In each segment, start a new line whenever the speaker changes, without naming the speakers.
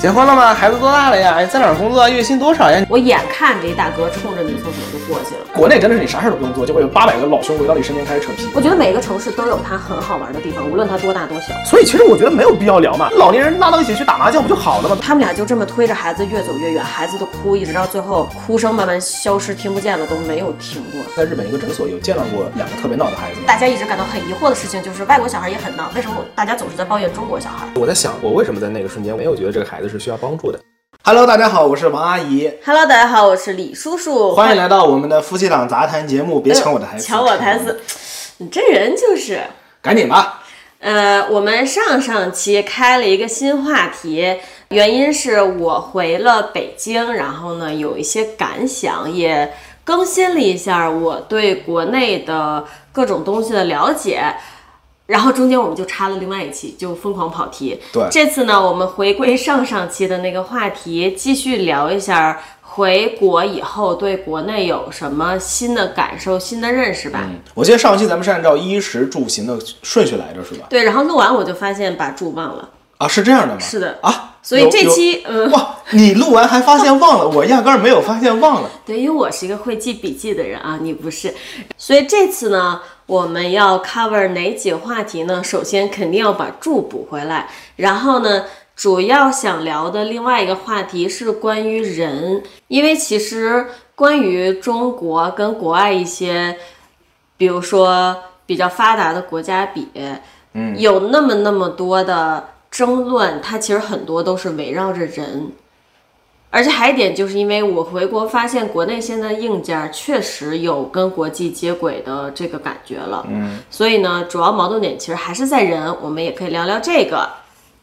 结婚了吗？孩子多大了呀？哎，在哪儿工作？月薪多少呀？
我眼看这大哥冲着女厕所就过去了。
国内真的是你啥事儿都不用做，就会有八百个老兄围到你身边开始扯皮。
我觉得每个城市都有它很好玩的地方，无论它多大多小。
所以其实我觉得没有必要聊嘛，老年人拉到一起去打麻将不就好了吗？
他们俩就这么推着孩子越走越远，孩子的哭一直到最后哭声慢慢消失，听不见了都没有停过。
在日本一个诊所有见到过两个特别闹的孩子吗？
大家一直感到很疑惑的事情就是，外国小孩也很闹，为什么大家总是在抱怨中国小孩？
我在想，我为什么在那个瞬间没有觉得这个孩子是需要帮助的？
Hello，大家好，我是王阿姨，
Hello，大家好，我是李叔叔，
欢迎来到我们的夫妻档杂谈节目。别抢我的台词，
哎抢我台，词，你这人就是。
赶紧吧。
呃，我们上上期开了一个新话题，原因是我回了北京，然后呢有一些感想，也更新了一下我对国内的各种东西的了解。然后中间我们就插了另外一期，就疯狂跑题。
对
这次呢，我们回归上上期的那个话题，继续聊一下回国以后对国内有什么新的感受、新的认识吧。
我记得上期咱们是按照衣食住行的顺序来着，是吧？
对，然后录完我就发现把住忘了。
啊，是这样的吗？
是的
啊，
所以
有
这
有
期，嗯，
哇，你录完还发现忘了，我压根儿没有发现忘了。
对，因为我是一个会记笔记的人啊，你不是，所以这次呢，我们要 cover 哪几个话题呢？首先肯定要把住补回来，然后呢，主要想聊的另外一个话题是关于人，因为其实关于中国跟国外一些，比如说比较发达的国家比，嗯，有那么那么多的争论，它其实很多都是围绕着人。而且还有一点，就是因为我回国发现，国内现在硬件儿确实有跟国际接轨的这个感觉了。嗯，所以呢，主要矛盾点其实还是在人，我们也可以聊聊这个。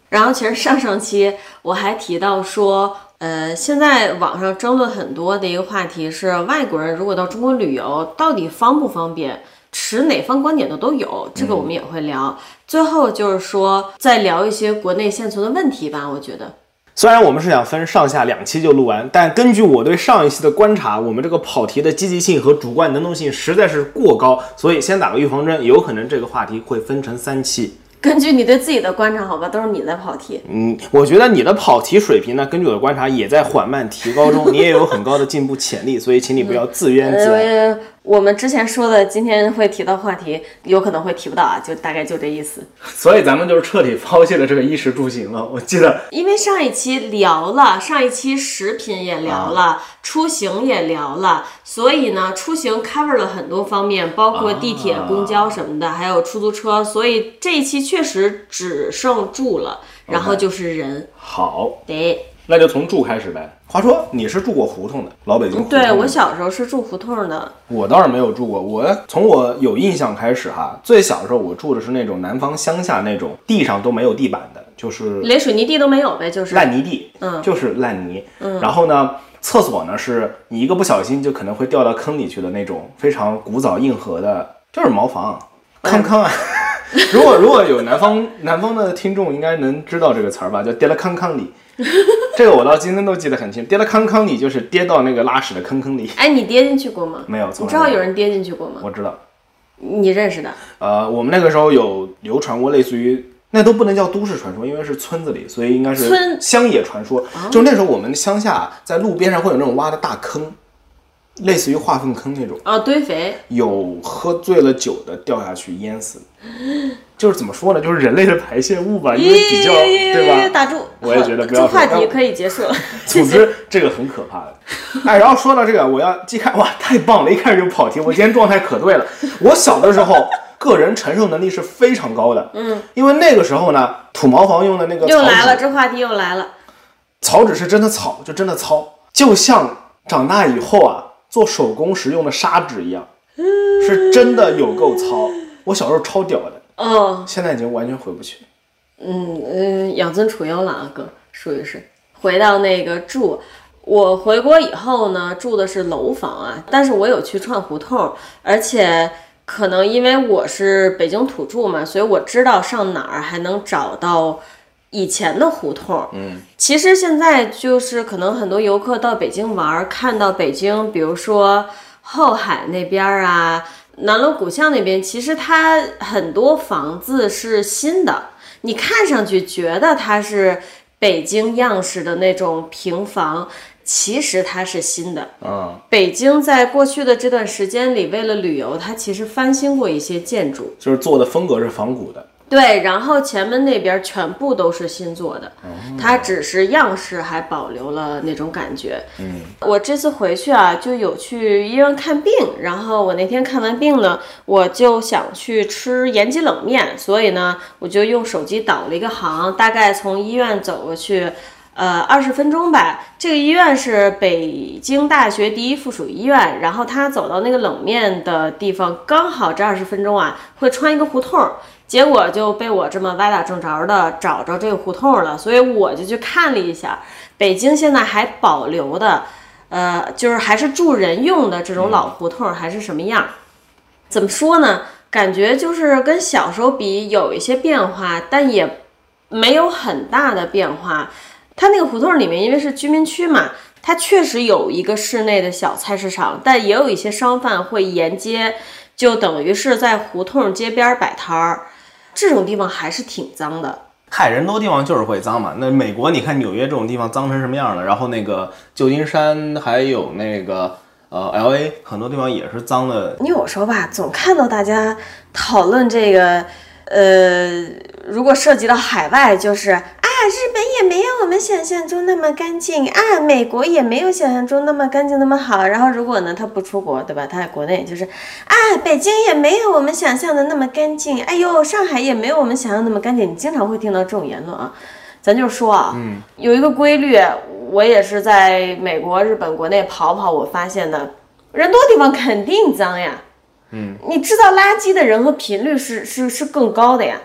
然后，其实上上期我还提到说，呃，现在网上争论很多的一个话题是，外国人如果到中国旅游，到底方不方便？持哪方观点的都有，这个我们也会聊。最后就是说，再聊一些国内现存的问题吧，我觉得。
虽然我们是想分上下两期就录完，但根据我对上一期的观察，我们这个跑题的积极性和主观能动性实在是过高，所以先打个预防针，有可能这个话题会分成三期。
根据你对自己的观察，好吧，都是你在跑题。
嗯，我觉得你的跑题水平呢，根据我的观察也在缓慢提高中，你也有很高的进步潜力，所以请你不要自怨自 艾。
呃，我们之前说的，今天会提到话题，有可能会提不到啊，就大概就这意思。
所以咱们就是彻底抛弃了这个衣食住行了。我记得
因为上一期聊了，上一期食品也聊了，出行也聊了，所以呢，出行 cover 了很多方面，包括地铁、
啊
公交什么的，还有出租车，所以这一期确实只剩住了，然后就是人。
好，
得。
那就从住开始呗。话说你是住过胡同的，老北京胡同
对我小时候是住胡同的，
我倒是没有住过，我从我有印象开始哈，最小的时候我住的是那种南方乡下那种地上都没有地板的，就是
连水泥地都没有呗，就是
烂泥地，
嗯
就是烂泥。然后呢，厕所呢是你一个不小心就可能会掉到坑里去的那种，非常古早硬核的，就是茅房，康康啊。 如果如果有南方南方的听众，应该能知道这个词儿吧，叫跌了康康里。这个我到今天都记得很清，跌了康康里就是跌到那个拉屎的坑坑里。
哎，你跌进去过吗？
没有
你
从来
知道
没有
有人跌进去过吗？
我知道。
你认识的？
呃，我们那个时候有流传过类似于。那都不能叫都市传说，因为是村子里，所以应该是
村
乡野传说。就那时候我们乡下在路边上会有那种挖的大坑，类似于化粪坑那种，
哦，堆肥。
有喝醉了酒的掉下去淹死的。就是怎么说呢，就是人类的排泄物吧，因为比较对吧？
打住！
我也觉得不要
这话
说
题可以结束 了。
总之这个很可怕 的。哎，然后说到这个，我要一看哇，太棒了，一开始就跑题，我今天状态可对了。我小的时候个人承受能力是非常高的，嗯，因为那个时候呢，土茅房用的那个
又来
草
了，
纸，
这话题又来了。
草纸是真的草，就真的糙，就像长大以后啊做手工时用的砂纸一样，
嗯
是真的有够糙。我小时候超屌的，
哦，
现在已经完全回不去。
嗯嗯，养尊处优了啊，哥，属于是。回到那个住，我回国以后呢，住的是楼房啊，但是我有去串胡同，而且可能因为我是北京土著嘛，所以我知道上哪儿还能找到以前的胡同。嗯，其实现在就是可能很多游客到北京玩儿，看到北京，比如说后海那边儿啊。南锣鼓巷那边，其实它很多房子是新的，你看上去觉得它是北京样式的那种平房，其实它是新的。
嗯，
北京在过去的这段时间里，为了旅游，它其实翻新过一些建筑。
就是做的风格是仿古的，
对，然后前门那边全部都是新做的，它只是样式还保留了那种感觉。嗯，我这次回去啊，就有去医院看病，然后我那天看完病了，我就想去吃延吉冷面，所以呢，我就用手机导了一个航，大概从医院走过去。呃，二十分钟吧。这个医院是北京大学第一附属医院，然后他走到那个冷面的地方，刚好这二十分钟啊，会穿一个胡同儿，结果就被我这么歪打正着的找着这个胡同儿了，所以我就去看了一下，北京现在还保留的，呃，就是还是住人用的这种老胡同儿还是什么样儿。怎么说呢？感觉就是跟小时候比有一些变化，但也没有很大的变化。它那个胡同里面，因为是居民区嘛，它确实有一个室内的小菜市场，但也有一些商贩会沿街，就等于是在胡同街边儿摆摊儿。这种地方还是挺脏的。
嗨，人多地方就是会脏嘛。那美国，你看纽约这种地方脏成什么样了？然后那个旧金山，还有那个呃 L A，很多地方也是脏的。
你有时候吧，总看到大家讨论这个，呃，如果涉及到海外，就是啊，日本也没有我们想象中那么干净啊，美国也没有想象中那么干净那么好。然后如果呢，他不出国，对吧？他在国内就是啊，北京也没有我们想象的那么干净，哎呦，上海也没有我们想象那么干净。你经常会听到这种言论啊。咱就说啊，嗯，有一个规律，我也是在美国、日本、国内跑跑，我发现的，人多地方肯定脏呀。嗯，你制造垃圾的人和频率是是是更高的呀。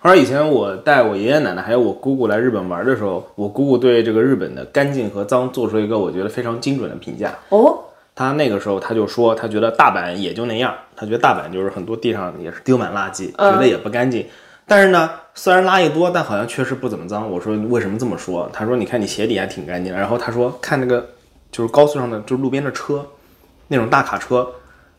后来以前我带我爷爷奶奶还有我姑姑来日本玩的时候，我姑姑对这个日本的干净和脏做出了一个我觉得非常精准的评价。
哦，
她那个时候她就说，她觉得大阪也就那样，她觉得大阪就是很多地上也是丢满垃圾，觉得也不干净。但是呢，虽然垃圾多，但好像确实不怎么脏。我说为什么这么说？她说你看你鞋底还挺干净的。然后她说看那个就是高速上的，就是路边的车，那种大卡车，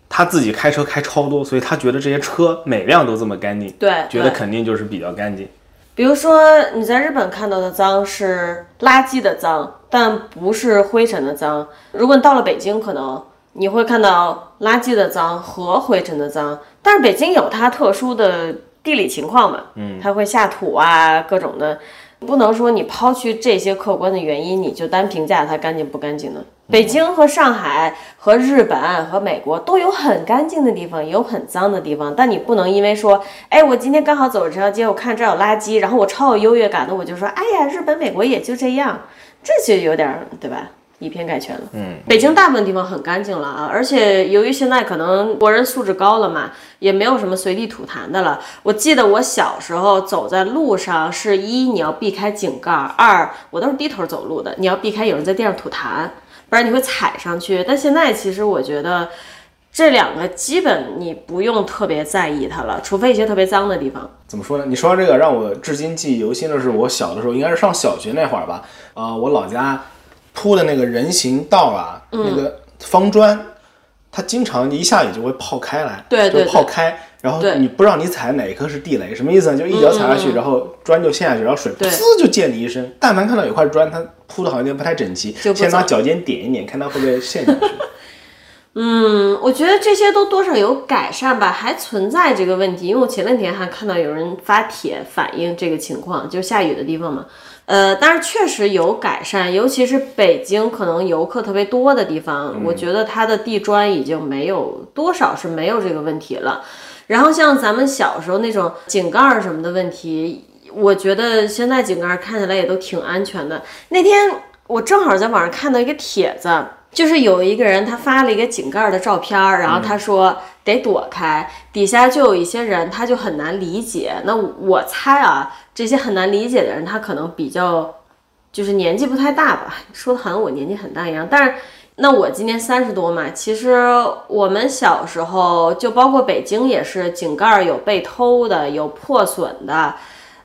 她自己开车开超多，所以她觉得这些车每辆都这么干净。
对，
觉
对
得肯定就是比较干净。
比如说你在日本看到的脏是垃圾的脏，但不是灰尘的脏。如果你到了北京，可能你会看到垃圾的脏和灰尘的脏，但是北京有它特殊的地理情况嘛，嗯，它会下土啊，各种的。不能说你抛去这些客观的原因，你就单评价它干净不干净的。北京和上海、和日本、和美国都有很干净的地方，也有很脏的地方。但你不能因为说，哎，我今天刚好走着这条街，我看这儿有垃圾，然后我超有优越感的，我就说，哎呀，日本、美国也就这样，这就有点儿对吧？以偏概全了。嗯，北京大部分地方很干净了啊，而且由于现在可能国人素质高了嘛，也没有什么随地吐痰的了。我记得我小时候走在路上，是一你要避开井盖儿，二我都是低头走路的，你要避开有人在地上吐痰，不然你会踩上去。但现在其实我觉得这两个基本你不用特别在意它了，除非一些特别脏的地方。
怎么说呢？你说到这个，让我至今记忆犹新的是，我小的时候应该是上小学那会儿吧，啊、我老家铺的那个人行道啊，
嗯
那个方砖，它经常一下雨就会泡开来，
对对
就泡开，然后
对嗯
你不知道你踩哪一颗是地雷，什么意思呢？就一脚踩下去，然后砖就陷下去，然后水
对
呲就溅你一身。但凡看到有块砖，它铺的好像有点不太整齐
就，不
先拿
走
脚尖点一点，看它会不会陷下去。
嗯，我觉得这些都多少有改善吧，还存在这个问题。因为我前两天还看到有人发帖反映这个情况，就下雨的地方嘛。呃，但是确实有改善，尤其是北京可能游客特别多的地方，我觉得它的地砖已经没有多少是没有这个问题了。然后像咱们小时候那种井盖儿什么的问题，我觉得现在井盖儿看起来也都挺安全的。那天我正好在网上看到一个帖子，就是有一个人他发了一个井盖儿的照片儿，然后他说得躲开，底下就有一些人他就很难理解。那我猜啊，这些很难理解的人，他可能比较就是年纪不太大吧，说的好像我年纪很大一样，但是。那我今年三十多嘛，其实我们小时候就包括北京也是，井盖儿有被偷的，有破损的，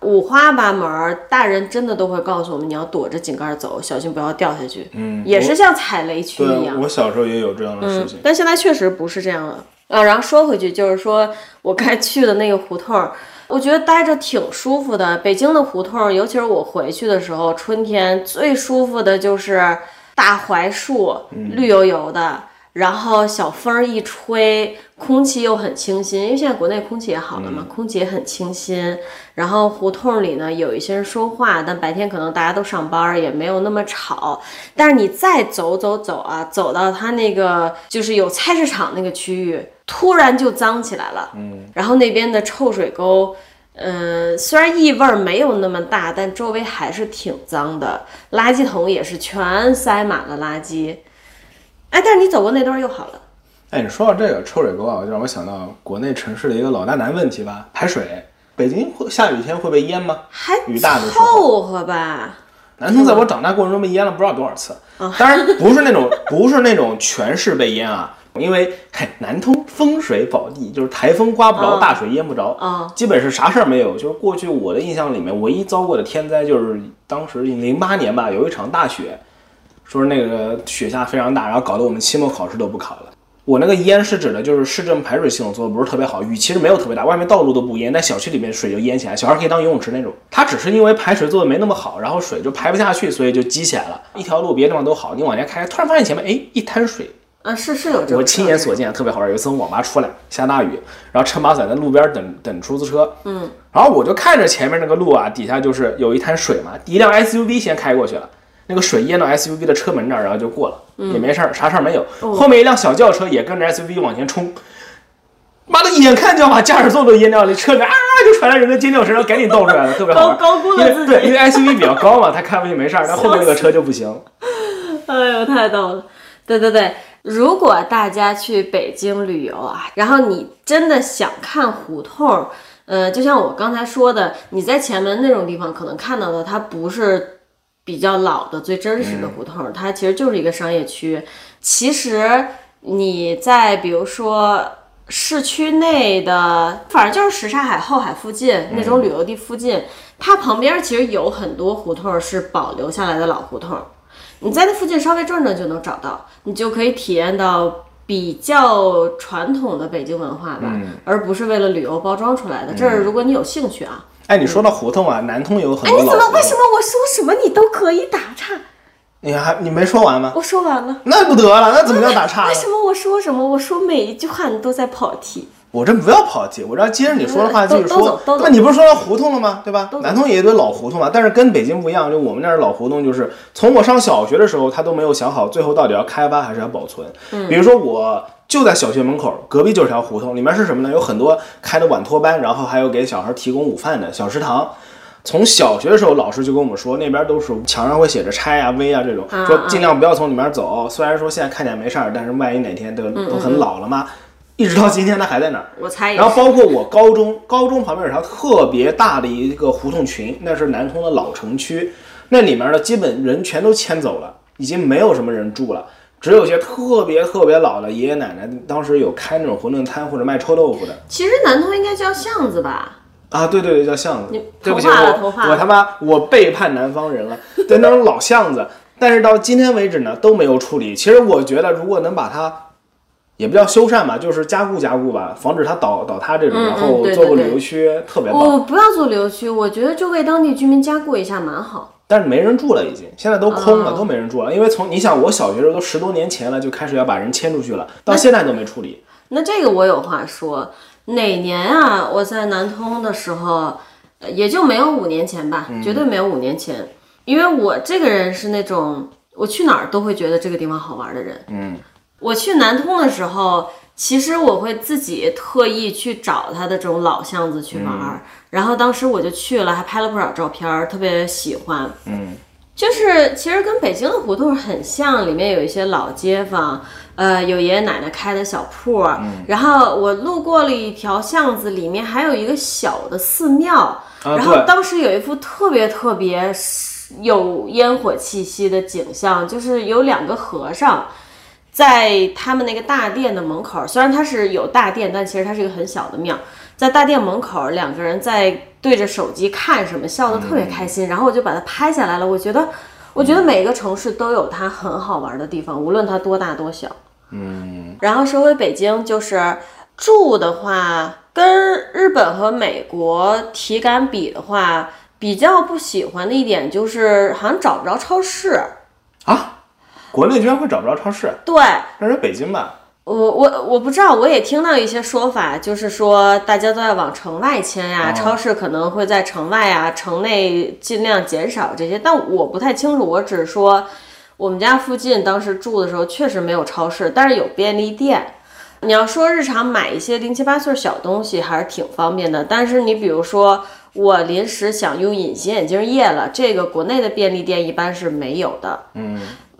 五花八门儿。大人真的都会告诉我们，你要躲着井盖儿走，小心不要掉下去。嗯，也 是像踩雷区一
对
样，。
我小时候也有这样的事情。
嗯但呃现在确实不是这样了啊。然后说回去，就是说我该去的那个胡同儿，我觉得待着挺舒服的。北京的胡同，尤其是我回去的时候，春天最舒服的就是大槐树，
嗯
绿油油的，然后小风儿一吹，空气又很清新。因为现在国内空气也好了嘛，空气也很清新。然后胡同里呢，有一些人说话，但白天可能大家都上班儿，也没有那么吵。但是你再走走走啊，走到它那个就是有菜市场那个区域，突然就脏起来了。嗯，然后那边的臭水沟，嗯、虽然异味儿没有那么大，但周围还是挺脏的。垃圾桶也是全塞满了垃圾。哎，但是你走过那段儿又好了。
哎，你说到这个臭水沟啊，就让我想到国内城市的一个老大难问题吧，排水。北京会下雨天会被淹吗？
还
雨大的时候
凑合吧，
南通在我长大过程中被淹了不知道多少次，
嗯
当然不是那种不是那种全市被淹啊，因为嘿南通风水宝地，就是台风刮不着，
嗯
大水淹不着，
嗯
基本是啥事儿没有。就是过去我的印象里面，唯一遭过的天灾就是当时零八年吧，有一场大雪，说是那个雪下非常大，然后搞得我们期末考试都不考了。我那个淹是指的就是市政排水系统做的不是特别好，雨其实没有特别大，外面道路都不淹，但小区里面水就淹起来，小孩可以当游泳池那种。它只是因为排水做的没那么好，然后水就排不下去，所以就积起来了。一条路别的地方都好，你往前开，突然发现前面哎一滩水，
啊，是是有这种事儿。
我亲眼所见，特别好玩。有一次从网吧出来，下大雨，然后撑把伞在路边等等出租车，嗯，然后我就看着前面那个路啊，底下就是有一滩水嘛，一辆 SUV 先开过去了。那个水淹到 SUV 的车门那儿，然后就过了，
嗯
也没事儿，啥事儿没有。
哦
后面一辆小轿车也跟着 SUV 往前冲，妈的，眼看就要把驾驶座都淹掉了，车里啊就传来人的尖叫声，然后赶紧倒出来了，特别好玩。
高高估了
因为
自己
对，因为 SUV 比较高嘛，他开过去没事儿，但后面那个车就不行。
哎呦，太逗了！对对对，如果大家去北京旅游啊，然后你真的想看胡同，呃，就像我刚才说的，你在前门那种地方可能看到的，它不是比较老的、最真实的胡同，它其实就是一个商业区。其实你在比如说。市区内的，反正就是什刹海、后海附近那种旅游地附近，它旁边其实有很多胡同是保留下来的老胡同，你在那附近稍微转转就能找到，你就可以体验到比较传统的北京文化吧，
嗯
而不是为了旅游包装出来的。这儿如果你有兴趣啊，
哎，你说到胡同啊，南通有很
哎，
多
你
老
怎
胡
么
同。
为什么我说什么你都可以打岔？
你还你没说完吗？
我说完了，
那不得了，那怎么叫打岔呢
为？什么我说什么我说每一句话你都在跑题？
我这不要跑题，我这要接着你说的话继续
都都走
说。
都走
那你不是说到胡同了吗？对吧？南通也有一堆老胡同嘛，但是跟北京不一样，就我们那儿老胡同，就是从我上小学的时候，他都没有想好最后到底要开发还是要保存。
嗯
比如说我。就在小学门口，隔壁就是条胡同，里面是什么呢？有很多开的晚托班，然后还有给小孩提供午饭的小食堂。从小学的时候，老师就跟我们说，那边都是墙上会写着拆啊、危啊这种，说尽量不要从里面走。虽然说现在看起来没事儿，但是万一哪天都都很老了嘛，一直到今天它还在那儿。
我猜也
然后
是。
包括我高中，高中旁边有条特别大的一个胡同群，那是南通的老城区，那里面的基本人全都迁走了，已经没有什么人住了。只有些特别特别老的爷爷奶奶，当时有开那种馄饨摊或者卖臭豆腐的
其实南通应该叫巷子吧？
啊，对对对，叫巷子
你。
对不起，
头发了头
我
发了
我他妈我背叛南方人了，对那种老巷子。但是到今天为止呢，都没有处理。其实我觉得，如果能把它，也不叫修缮吧，就是加固加固吧，防止它倒倒塌这种，
嗯嗯
然后
对
做个
对对哦
旅游区，特别棒。
我不要做旅游区，我觉得就为当地居民加固一下蛮好。
但是没人住了，已经现在都空了，
哦
都没人住了。因为从你想，我小学的时候都十多年前了，就开始要把人迁出去了，到现在都没处理。
那这个我有话说。哪年啊？我在南通的时候，呃也就没有五年前吧，
嗯
绝对没有五年前。因为我这个人是那种我去哪儿都会觉得这个地方好玩的人。
嗯，
我去南通的时候，其实我会自己特意去找它的这种老巷子去玩
嗯
儿。然后当时我就去了，还拍了不少照片儿，特别喜欢。
嗯，
就是其实跟北京的胡同很像，里面有一些老街坊，呃，有爷爷奶奶开的小铺儿。然后我路过了一条巷子，里面还有一个小的寺庙。
啊，
然后
对，
当时有一幅特别特别呃有烟火气息的景象，就是有两个和尚在他们那个大殿的门口，虽然它是有大殿，但其实它是一个很小的庙，在大殿门口，两个人在对着手机看什么，笑得特别开心，然后我就把它拍下来了。我觉得，我觉得每个城市都有它很好玩的地方，无论它多大多小。然后说回北京，就是住的话，跟日本和美国体感比的话，比较不喜欢的一点就是好像找不着超市。
啊，国内居然会找不着超市，
对，
那是北京吧？
我呃我我不知道，我也听到一些说法，就是说大家都要往城外迁呀，
哦
超市可能会在城外啊，城内尽量减少这些，但我不太清楚，我只是说我们家附近当时住的时候确实没有超市，但是有便利店。你要说日常买一些零七八碎小东西还是挺方便的，但是你比如说我临时想用隐形眼镜液了，这个国内的便利店一般是没有的。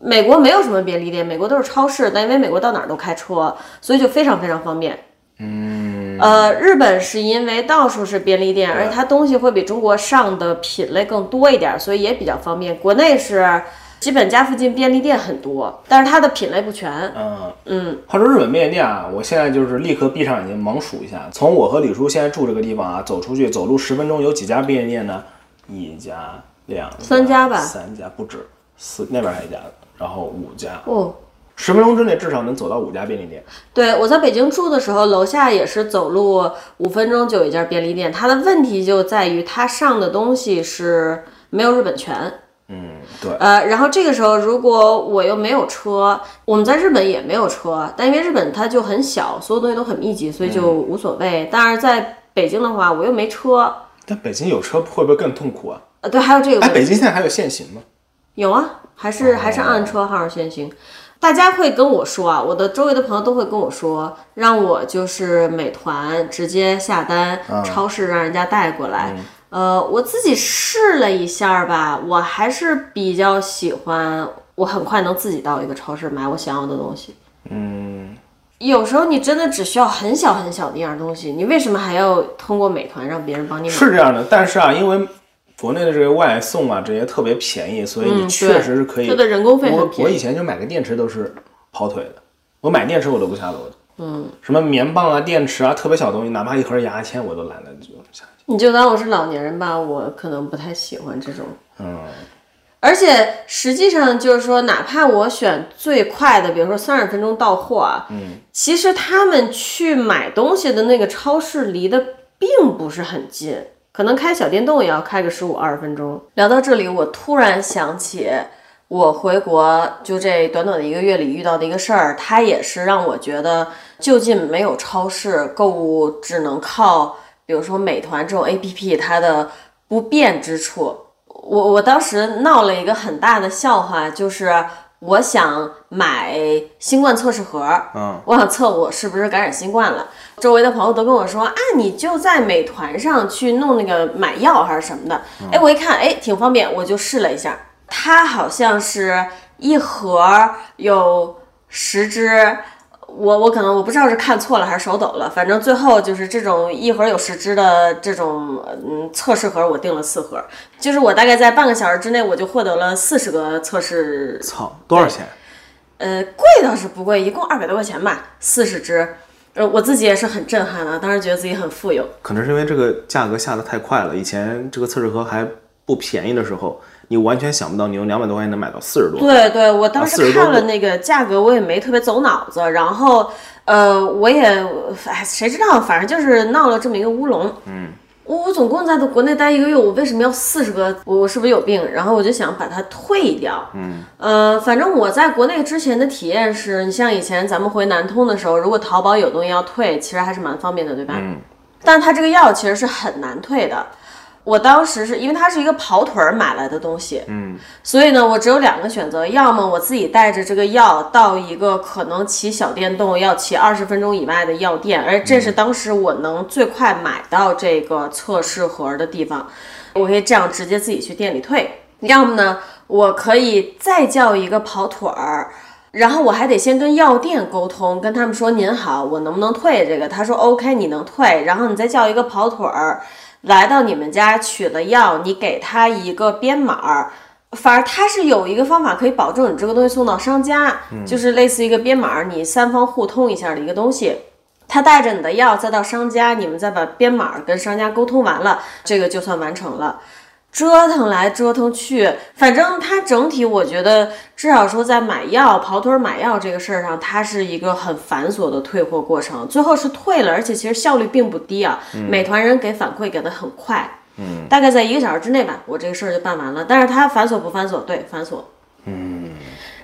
美国没有什么便利店，美国都是超市，但因为美国到哪儿都开车，所以就非常非常方便。嗯，呃，日本是因为到处是便利店，而且它东西会比中国上的品类更多一点，所以也比较方便。国内是基本家附近便利店很多，但是它的品类不全。
嗯
嗯，
话说日本面店啊，我现在就是立刻闭上眼睛猛数一下，从我和李叔现在住这个地方啊，走出去走路十分钟有几家便利店呢？一家、两家、
三家吧
三家不止，四那边还有一家，然后五家，
哦，
十分钟之内至少能走到五家便利店。
对我在北京住的时候，楼下也是走路五分钟就有一家便利店，它的问题就在于它上的东西是没有日本全。
嗯，对，
呃，然后这个时候如果我又没有车，我们在日本也没有车，但因为日本它就很小，所有东西都很密集，所以就
嗯
无所谓。但是在北京的话，我又没车，
但北京有车会不会更痛苦啊？
呃，对，还有这个
哎，
问
北
题，
京现在还有限行吗？
有啊，还是还是按车号限行。大家会跟我说啊，我的周围的朋友都会跟我说，让我就是美团直接下单，超市让人家带过来。呃，我自己试了一下儿吧，我还是比较喜欢，我很快能自己到一个超市买我想要的东西。嗯，有时候你真的只需要很小很小的一样东西，你为什么还要通过美团让别人帮你买？
是这样的，但是啊，因为国内的这个外送啊，这些特别便宜，所以你
嗯
确
对
实是可以。
它的人工费很
我我
便
以
宜。
前就买个电池都是跑腿的，我买电池我都不下楼的。嗯，什么棉棒啊、电池啊，特别小的东西，哪怕一盒牙签我都懒得就下去。
你就当我是老年人吧，我可能不太喜欢这种。
嗯，
而且实际上就是说，哪怕我选最快的，比如说三十分钟到货啊，嗯，其实他们去买东西的那个超市离得并不是很近，可能开小电动也要开个十五二十分钟。聊到这里，我突然想起。我回国就这短短的一个月里遇到的一个事儿，它也是让我觉得就近没有超市，购物只能靠比如说美团这种 APP 它的不便之处。我我当时闹了一个很大的笑话，就是我想买新冠测试盒，
嗯，
我想测我是不是感染新冠了。周围的朋友都跟我说啊，你就在美团上去弄那个买药还是什么的。哎，我一看，哎，挺方便，我就试了一下。它好像是一盒有十支，我我可能我不知道是看错了还是手抖了，反正最后就是这种一盒有十支的这种嗯测试盒，我订了四盒，就是我大概在半个小时之内我就获得了四十个测试，
操，多少钱？
呃，贵倒是不贵，一共二百多块钱吧，四十支，呃，我自己也是很震撼的，当时觉得自己很富有。
可能是因为这个价格下的太快了，以前这个测试盒还不便宜的时候，你完全想不到你用两百多块钱能买到四十多。
对对，我当时
40多
看了
步
那个价格，我也没特别走脑子，然后呃，我也哎，谁知道，反正就是闹了这么一个乌龙。嗯，我我总共在国内待一个月，我为什么要四十个？我我是不是有病？然后我就想把它退掉。嗯，呃，反正我在国内之前的体验是，你像以前咱们回南通的时候，如果淘宝有东西要退，其实还是蛮方便的，对吧？嗯。但它这个药其实是很难退的。我当时是因为它是一个跑腿儿买来的东西，所以呢，我只有两个选择，要么我自己带着这个药到一个可能骑小电动要骑二十分钟以外的药店，而这是当时我能最快买到这个测试盒的地方，我可以这样直接自己去店里退。要么呢，我可以再叫一个跑腿儿。然后我还得先跟药店沟通，跟他们说您好，我能不能退这个？他说 OK，你能退。然后你再叫一个跑腿儿来到你们家取了药，你给他一个编码儿，反而它是有一个方法可以保证你这个东西送到商家，就是类似于一个编码，你三方互通一下的一个东西。他带着你的药再到商家，你们再把编码跟商家沟通完了，这个就算完成了。折腾来折腾去，反正它整体我觉得，至少说在买药、跑腿儿买药这个事儿上，它是一个很繁琐的退货过程，最后是退了，而且其实效率并不低啊。美团人给反馈给的很快，嗯，大概在一个小时之内吧，我这个事儿就办完了。但是它繁琐不繁琐？对，繁琐。
嗯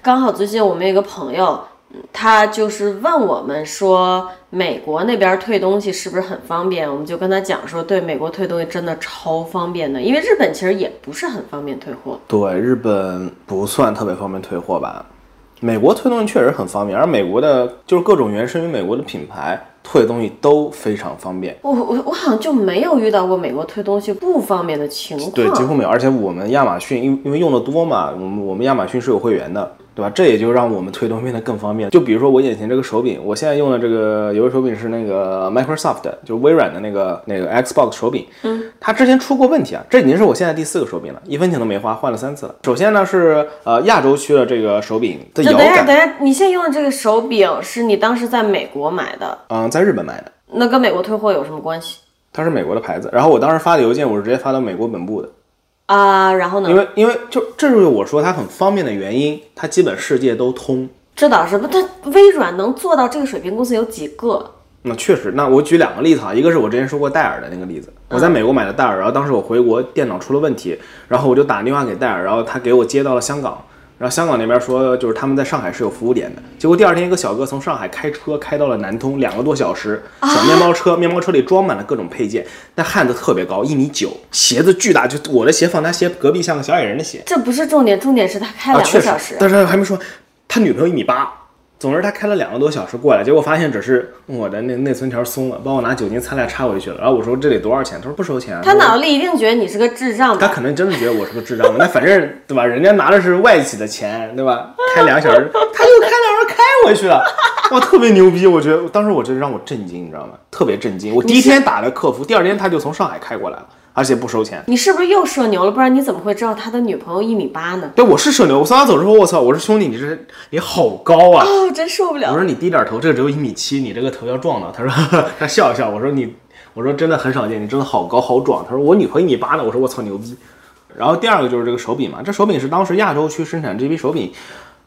刚好最近我们有一个朋友，嗯他就是问我们说，美国那边退东西是不是很方便？我们就跟他讲说，对，美国退东西真的超方便的，因为日本其实也不是很方便退货。
对，日本不算特别方便退货吧？美国退东西确实很方便，而美国的就是各种原生于美国的品牌退东西都非常方便。
我我我好像就没有遇到过美国退东西不方便的情况。
对，几乎没有。而且我们亚马逊，因因为用的多嘛，我们我们亚马逊是有会员的，对吧？这也就让我们推动变得更方便。就比如说我眼前这个手柄，我现在用的这个有个手柄是那个 Microsoft 的，就是微软的那个那个 Xbox 手柄。嗯，它之前出过问题啊，这已经是我现在第四个手柄了，一分钱都没花，换了三次了。首先呢是呃亚洲区的这个手柄的
就
摇
等一下，等
杆，
一下，你现在用的这个手柄是你当时在美国买的，
嗯、在日本买的，
那跟美国退货有什么关系
它是美国的牌子。然后我当时发的邮件，我是直接发到美国本部的。
啊？然后呢？
因为因为就这就是我说它很方便的原因，它基本世界都通。
这倒是不，它微软能做到这个水平，公司有几个？
那确实，那我举两个例子啊，一个是我之前说过戴尔的那个例子，我在美国买的戴尔，然后当时我回国电脑出了问题，然后我就打电话给戴尔，然后他给我接到了香港，然后香港那边说就是他们在上海是有服务点的，结果第二天一个小哥从上海开车开到了南通，两个多小时，小面包车，面包车里装满了各种配件，但汉子特别高，一米九，鞋子巨大，就我的鞋放他鞋隔壁像个小矮人的鞋，
这不是重点，重点是他开
啊，
两
确
个
实，
小时。
但是还没说，他女朋友一米八。总之，他开了两个多小时过来，结果发现只是我的那内存条松了，帮我拿酒精擦来插回去了。然后我说这得多少钱？他说不收钱啊。
他
我说
脑子里一定觉得你是个智障
他
吧？
可能真的觉得我是个智障吧？那反正对吧？人家拿的是外企的钱，对吧？开两个小时，他就开两个小时开回去了，哇，特别牛逼！我觉得当时我觉得让我震惊，你知道吗？特别震惊。我第一天打的客服，第二天他就从上海开过来了，而且不收钱。
你是不是又社牛了？不然你怎么会知道他的女朋友一米八呢？
对，我是社牛。我刚走的时候，我操，我说兄弟，你这你好高啊！
哦，真受不
我
了！
说你低点头，这个只有一米七，你这个头要撞到。他说他笑一笑，我说你，我说真的很少见，你真的好高好壮。他说我女朋友一米八呢，我说我操牛逼。然后第二个就是这个手柄嘛，这手柄是当时亚洲区生产这批手柄，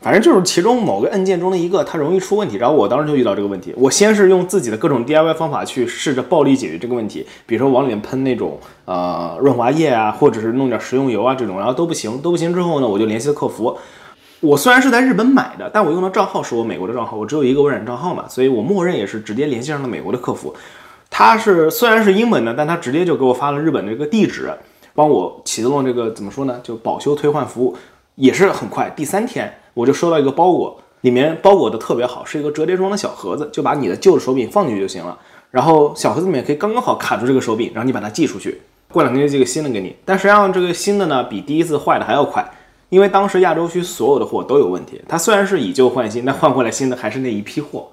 反正就是其中某个按键中的一个，它容易出问题。然后我当时就遇到这个问题，我先是用自己的各种 DIY 方法去试着暴力解决这个问题，比如说往里面喷那种呃润滑液啊，或者是弄点食用油啊这种，然后都不行，都不行之后呢，我就联系了客服，我虽然是在日本买的，但我用的账号是我美国的账号，我只有一个微软账号嘛，所以我默认也是直接联系上了美国的客服。他是虽然是英文的，但他直接就给我发了日本的这个地址，帮我启动了这个怎么说呢，就保修退换服务，也是很快。第三天我就收到一个包裹，里面包裹的特别好，是一个折叠装的小盒子，就把你的旧的手柄放进去就行了。然后小盒子里面可以刚刚好卡住这个手柄，然后你把它寄出去，过两天就寄个新的给你。但实际上这个新的呢，比第一次坏的还要快。因为当时亚洲区所有的货都有问题，它虽然是以旧换新，但换回来新的还是那一批货。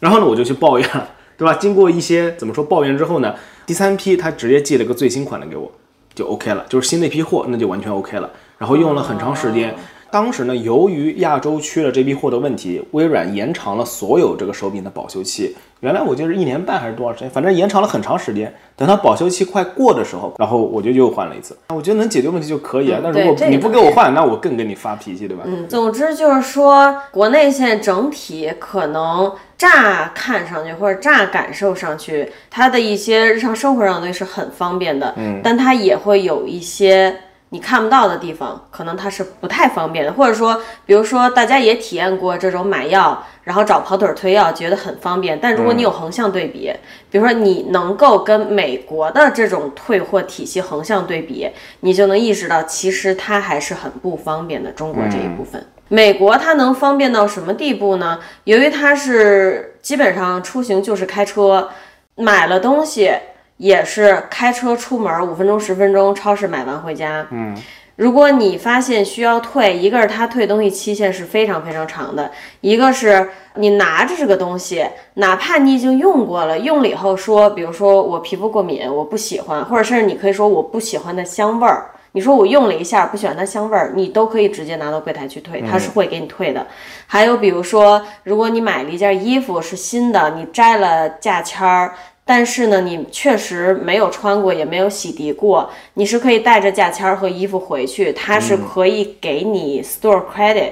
然后呢，我就去抱怨了， 对吧？经过一些怎么说抱怨之后呢，第三批他直接寄了个最新款的给我，就 OK 了，就是新那批货，那就完全 OK 了。然后用了很长时
哦
间。当时呢，由于亚洲区的这批货的问题，微软延长了所有这个手柄的保修期。原来我记得是一年半还是多少时间，反正延长了很长时间。等它保修期快过的时候，然后我就又换了一次。我觉得能解决问题就可以啊。那如
嗯对这
果
个
你不给我换，那我更跟你发脾气，对吧？
嗯总之就是说，国内现在整体可能乍看上去或者乍感受上去，它的一些日常生活上的东西是很方便的，嗯，但它也会有一些你看不到的地方，可能它是不太方便的，或者说，比如说大家也体验过这种买药，然后找跑腿儿推药，觉得很方便，但如果你有横向对比，比如说你能够跟美国的这种退货体系横向对比，你就能意识到，其实它还是很不方便的。中国这一部分，美国它能方便到什么地步呢？由于它是基本上出行就是开车，买了东西也是开车出门，五分钟十分钟，超市买完回家。嗯。如果你发现需要退，一个是它退东西期限是非常非常长的，一个是你拿着这个东西，哪怕你已经用过了，用了以后说，比如说我皮肤过敏，我不喜欢，或者甚至你可以说我不喜欢的香味儿，你说我用了一下不喜欢它香味儿，你都可以直接拿到柜台去退，它是会给你退的。还有比如说，如果你买了一件衣服是新的，你摘了价签儿。但是呢，你确实没有穿过，也没有洗涤过，你是可以带着价签儿和衣服回去，它
嗯
是可以给你 store credit，、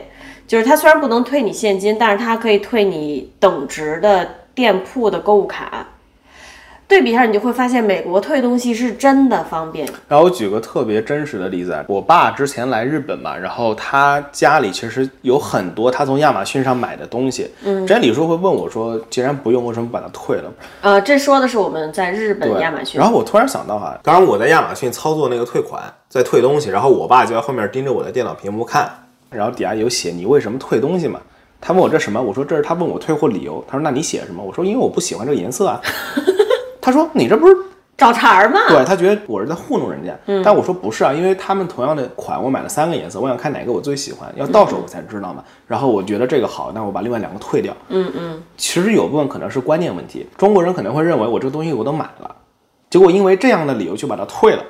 就是它虽然不能退你现金，但是它可以退你等值的店铺的购物卡。对比一下，你就会发现美国退东西是真的方便。
然后我举个特别真实的例子啊，我爸之前来日本嘛，然后他家里其实有很多他从亚马逊上买的东西。嗯，之前李叔会问我说，既然不用，为什么不把它退了？
呃，这说的是我们在日本
对，
亚马逊。
然后我突然想到哈、
当然我在亚马逊操作那个退款，在退东西，然后我爸就在后面盯着我的电脑屏幕看。
然后底下有写你为什么退东西嘛。他问我这什么，我说这是他问我退货理由。他说那你写什么？我说因为我不喜欢这个颜 色啊。他说你这不是
找茬儿嘛。
对他觉得我是在糊弄人家，但我说不是啊，因为他们同样的款，我买了三个颜色，我想看哪个我最喜欢，要到手我才知道嘛。然后我觉得这个好，那我把另外两个退掉。嗯嗯，其实有部分可能是观念问题，中国人可能会认为我这个东西我都买了，结果因为这样的理由就把它退了，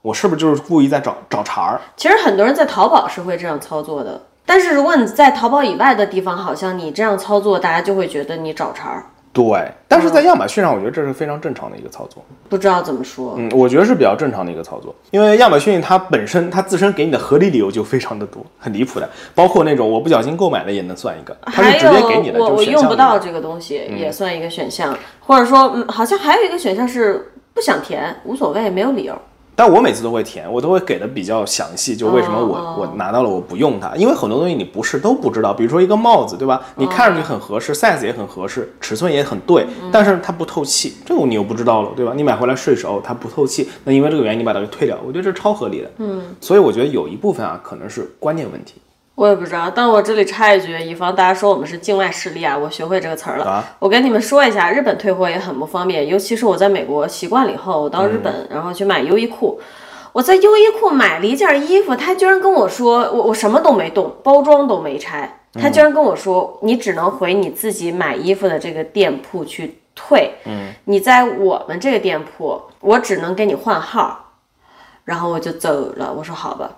我是不是就是故意在找找茬儿？
其实很多人在淘宝是会这样操作的，但是如果你在淘宝以外的地方，好像你这样操作，大家就会觉得你找茬儿，
对，但是在亚马逊上，我觉得这是非常正常的一个操作。
不知道怎么说。
嗯，我觉得是比较正常的一个操作，因为亚马逊它本身它自身给你的合理理由就非常的多，很离谱的，包括那种我不小心购买的也能算一个，它
还
是直
有
接给你的，
我
就
我
是选项
用不
里面嗯
到。这个东西也算一个选项，或者说、嗯、好像还有一个选项是不想填，无所谓，没有理由。
但我每次都会填，我都会给的比较详细，就为什么我、
哦
我拿到了我不用它，因为很多东西你不是都不知道，比如说一个帽子，对吧？
哦
你看上去很合适、s i z e 也很合适，尺寸也很对，
嗯
但是它不透气，这个你又不知道了，对吧？你买回来睡手它不透气，那因为这个原因你把它给退掉，我觉得这是超合理的。嗯，所以我觉得有一部分啊可能是观念问题。
我也不知道，但我这里插一句，以防大家说我们是境外势力啊，我学会这个词儿了。
啊
我跟你们说一下，日本退货也很不方便，尤其是我在美国习惯了以后，我到日本、然后去买优衣库，我在优衣库买了一件衣服，他居然跟我说，我我什么都没动，包装都没拆，他居然跟我说，你只能回你自己买衣服的这个店铺去退，嗯，你在我们这个店铺，我只能给你换号，然后我就走了，我说好吧，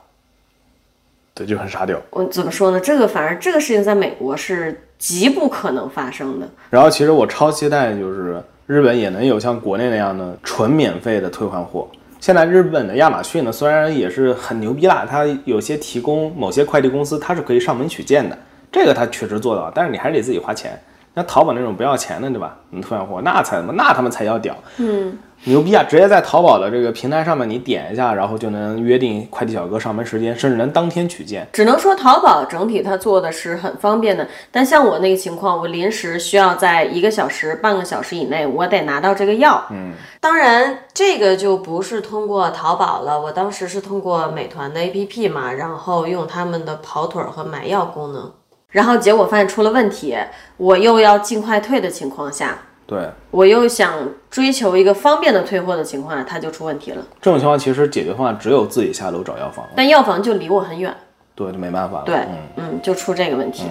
对，就很沙雕。
我怎么说呢？这个反正这个事情在美国是极不可能发生的。
然后其实我超期待就是日本也能有像国内那样的纯免费的退换货。现在日本的亚马逊呢，虽然也是很牛逼啦，它有些提供某些快递公司它是可以上门取件的，这个它确实做到，但是你还是得自己花钱。那淘宝那种不要钱的，对吧？你退换货那才那他们才要屌，
嗯，
牛逼啊！直接在淘宝的这个平台上面你点一下，然后就能约定快递小哥上门时间，甚至能当天取件。
只能说淘宝整体它做的是很方便的，但像我那个情况，我临时需要在一个小时、半个小时以内，我得拿到这个药。嗯，
当然，这个就不是通过淘宝了，我当时是通过美团的 APP 嘛，然后用他们的跑腿儿和买药功能。
然后结果发现出了问题，我又要尽快退的情况下，
对，
我又想追求一个方便的退货的情况下，它就出问题了。
这种情况其实解决方案只有自己下楼找药房了，
但药房就离我很远。
对，就没办法了。
对
嗯，
嗯，就出这个问题。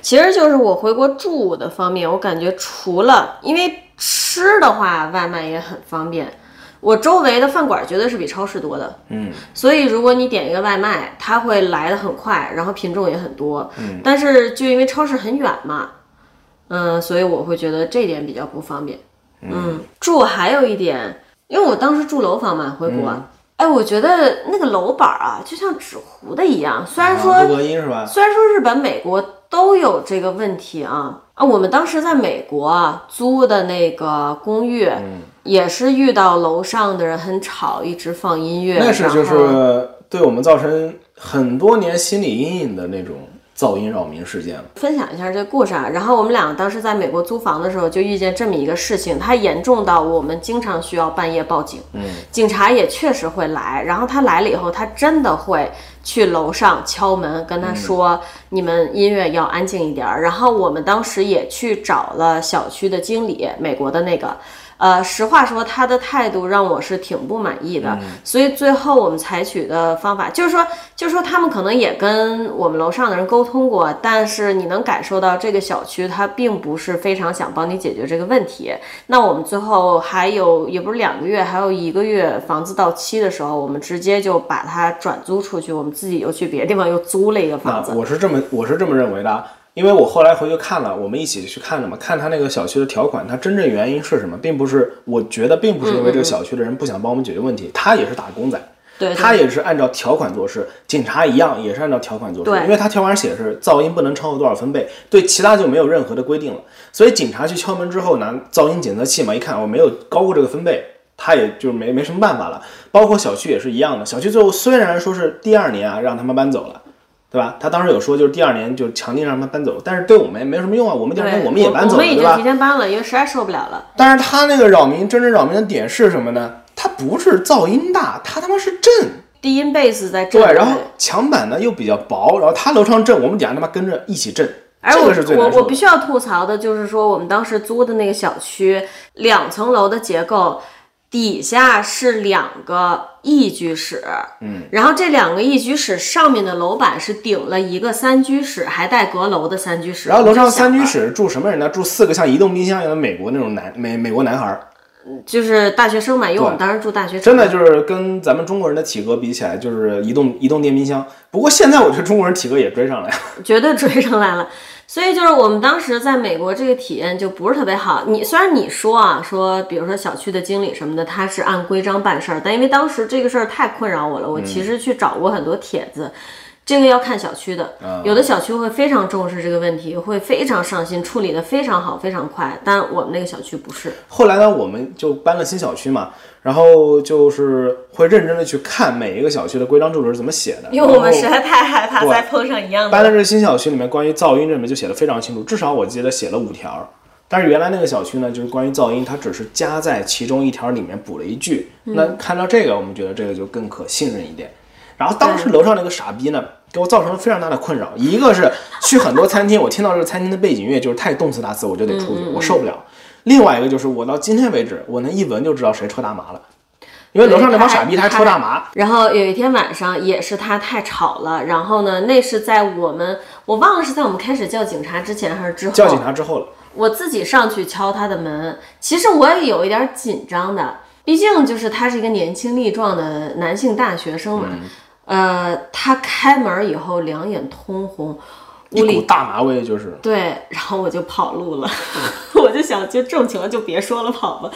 其实就是我回国住的方面，我感觉除了因为吃的话，外卖也很方便。我周围的饭馆绝对是比超市多的，嗯，所以如果你点一个外卖，它会来的很快，然后品种也很多，嗯，但是就因为超市很远嘛，嗯，所以我会觉得这点比较不方便，嗯，住还有一点，因为我当时住楼房嘛，回国，
嗯
哎，我觉得那个楼板啊，就像纸糊的一样，虽然说、
啊录隔音是吧？
虽然说日本、美国都有这个问题啊啊，我们当时在美国啊租的那个公寓，
嗯
也是遇到楼上的人很吵，一直放音乐，
那是就
然后
是对我们造成很多年心理阴影的那种噪音扰民事件了。
分享一下这故事啊。然后我们俩当时在美国租房的时候，就遇见这么一个事情，它严重到我们经常需要半夜报警，嗯，警察也确实会来。然后他来了以后，他真的会去楼上敲门，跟他说、你们音乐要安静一点儿。然后我们当时也去找了小区的经理，美国的那个。呃，实话说，他的态度让我是挺不满意的，所以最后我们采取的方法就是说，就是说他们可能也跟我们楼上的人沟通过，但是你能感受到这个小区他并不是非常想帮你解决这个问题。那我们最后还有也不是两个月，还有一个月房子到期的时候，我们直接就把它转租出去，我们自己又去别的地方又租了一个
那
房子。
我是这么我是这么认为的啊，因为我后来回去看了，我们一起去看了嘛，看他那个小区的条款，他真正原因是什么，并不是我觉得并不是因为
嗯
这个小区的人不想帮我们解决问题，他也是打工仔，
对，
他也是按照条款做事，警察一样也是按照条款做事
对，
因为他条款写的是噪音不能超过多少分贝，对其他就没有任何的规定了。所以警察去敲门之后拿噪音检测器嘛，一看我没有高过这个分贝，他也就没没什么办法了。包括小区也是一样的，小区最后虽然说是第二年啊让他们搬走了。对吧？他当时有说，就是第二年就强劲让他们搬走，但是对我们也没什么用啊。我们第二年
对，
我们也搬走
我
了，
们已
对
经
吧
提？前搬了，因为实在受不了了。
但是他那个扰民，真正扰民的点是什么呢？他不是噪音大，他他妈是震。
低音贝斯在这
对，
里，
然后墙板呢又比较薄，然后他楼上震，我们俩他妈跟着一起震，
而
这
哎我
个是最
我
难
我
受
必
的。
须要吐槽的就是说，我们当时租的那个小区，两层楼的结构，底下是两个一居室，嗯，然后这两个一居室上面的楼板是顶了一个三居室，还带阁楼的三居室。
然后楼上三居
我就想
室住什么人呢？住四个像移动冰箱一样的美国那种男美美国男孩儿，
了，就是大学生嘛，因为我们
对
当时住大学城，
真的就是跟咱们中国人的体格比起来，就是移动移动电冰箱。不过现在我觉得中国人体格也追 上来了，
绝对追上来了。 所以就是我们当时在美国这个体验就不是特别好。你虽然你说啊，说比如说小区的经理什么的，他是按规章办事儿，但因为当时这个事儿太困扰我了，我其实去找过很多帖子。这个要看小区的，有的小区会非常重视这个问题，会非常上心，处理的非常好，非常快。但我们那个小区不是，
后来呢，我们就搬了新小区嘛，然后就是会认真的去看每一个小区的规章制度是怎么写的。
因为我们
然后
实在太害怕
哦对
再碰上一样
搬到
的。
这个新小区里面，关于噪音这里面就写的非常清楚，至少我记得写了五条。但是原来那个小区呢，就是关于噪音，它只是加在其中一条里面补了一句。那看到这个，我们觉得这个就更可信任一点。然后当时楼上那个傻逼呢，给我造成了非常大的困扰。一个是去很多餐厅，我听到这个餐厅的背景音乐就是太动次打次，我就得出去，我受不了。另外一个就是我到今天为止，我能一闻就知道谁抽大麻了，因为楼上那帮傻逼他还抽大麻。
然后有一天晚上，也是他太吵了。然后呢，那是在我们我忘了是在我们开始叫警察之前还是之后，
叫警察之后了，
我自己上去敲他的门。其实我也有一点紧张的，毕竟就是他是一个年轻力壮的男性大学生
嗯
嘛。呃，他开门以后两眼通红，
一
屋
股
里
大麻味就是。
对，然后我就跑路了。 我就想，就这种情况就别说了，跑吧。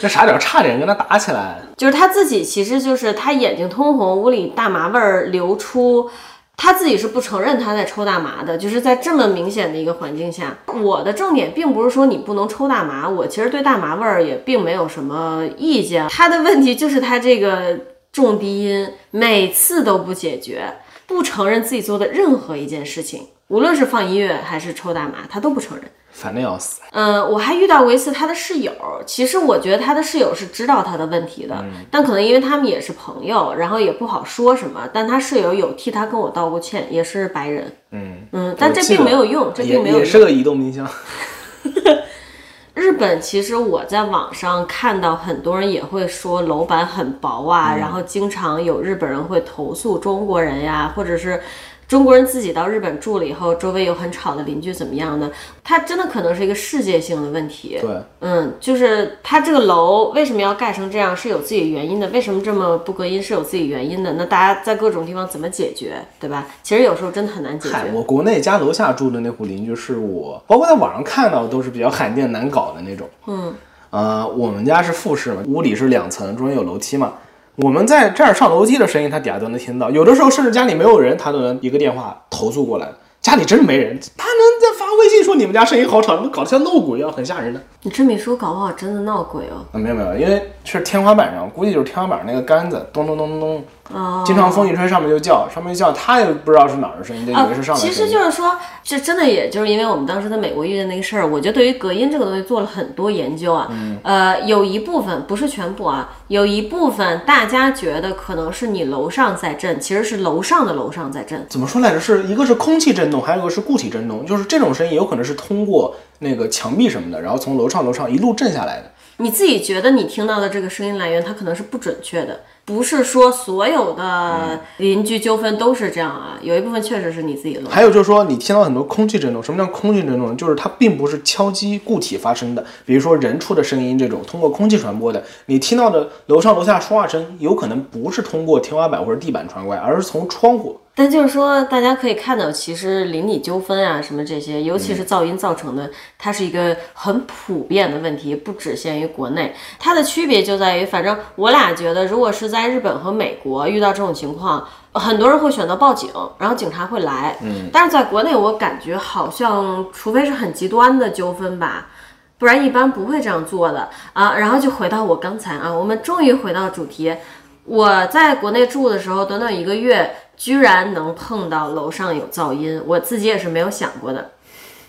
这傻屌差点跟他打起来。
就是他自己，其实就是他眼睛通红，屋里大麻味儿流出，他自己是不承认他在抽大麻的，就是在这么明显的一个环境下，我的重点并不是说你不能抽大麻，我其实对大麻味儿也并没有什么意见，他的问题就是他这个重低音每次都不解决，不承认自己做的任何一件事情，无论是放音乐还是抽大麻，他都不承认。
烦的要死。
嗯，我还遇到过一次他的室友，其实我觉得他的室友是知道他的问题的，
嗯
但可能因为他们也是朋友，然后也不好说什么，但他室友有替他跟我道过歉，也是白人，嗯嗯，但这并没有用，这并没有
也也
用。
是个移动冰箱。
日本其实我在网上看到很多人也会说楼板很薄啊，
嗯
然后经常有日本人会投诉中国人呀，或者是中国人自己到日本住了以后，周围有很吵的邻居怎么样的，它真的可能是一个世界性的问题。
对，
嗯，就是它这个楼为什么要盖成这样，是有自己原因的。为什么这么不隔音，是有自己原因的。那大家在各种地方怎么解决，对吧？其实有时候真的很难解决。
嗨，我国内家楼下住的那户邻居是我，包括在网上看到的都是比较罕见难搞的那种。嗯，呃，我们家是复式嘛，屋里是两层，中间有楼梯嘛。我们在这儿上楼梯的声音，他底下都能听到。有的时候甚至家里没有人，他都能一个电话投诉过来。家里真没人，他能再发微信说你们家声音好吵，你们搞得像闹鬼一样，很吓人的。
你这么一说，搞不好真的闹鬼哦。
啊，没有没有，因为是天花板上，估计就是天花板上那个杆子咚咚咚咚
哦
咚，经常风一吹上面就叫，上面就叫，他也不知道是哪儿的声音，就以为是上来
啊其
的声音。
实就是说，这真的也就是因为我们当时在美国遇见那个事儿，我就对于隔音这个东西做了很多研究啊。
嗯
呃，有一部分不是全部啊，有一部分大家觉得可能是你楼上在震，其实是楼上的楼上在震。
怎么说来着？是一个是空气震动，还有一个是固体震动，就是这种声音有可能是通过那个墙壁什么的，然后从楼上楼上一路震下来的。
你自己觉得你听到的这个声音来源，它可能是不准确的，不是说所有的邻居纠纷都是这样啊，有一部分确实是你自己漏。
还有就是说，你听到很多空气震动，什么叫空气震动呢？就是它并不是敲击固体发生的，比如说人出的声音这种通过空气传播的，你听到的楼上楼下说话声，有可能不是通过天花板或者地板传过来，而是从窗户。
但就是说，大家可以看到，其实邻里纠纷啊，什么这些，尤其是噪音造成的，它是一个很普遍的问题，不只限于国内。它的区别就在于，反正我俩觉得，如果是在日本和美国遇到这种情况，很多人会选择报警，然后警察会来。嗯，但是在国内，我感觉好像，除非是很极端的纠纷吧。不然一般不会这样做的啊。然后就回到我刚才啊，我们终于回到主题。我在国内住的时候，短短一个月，居然能碰到楼上有噪音，我自己也是没有想过的。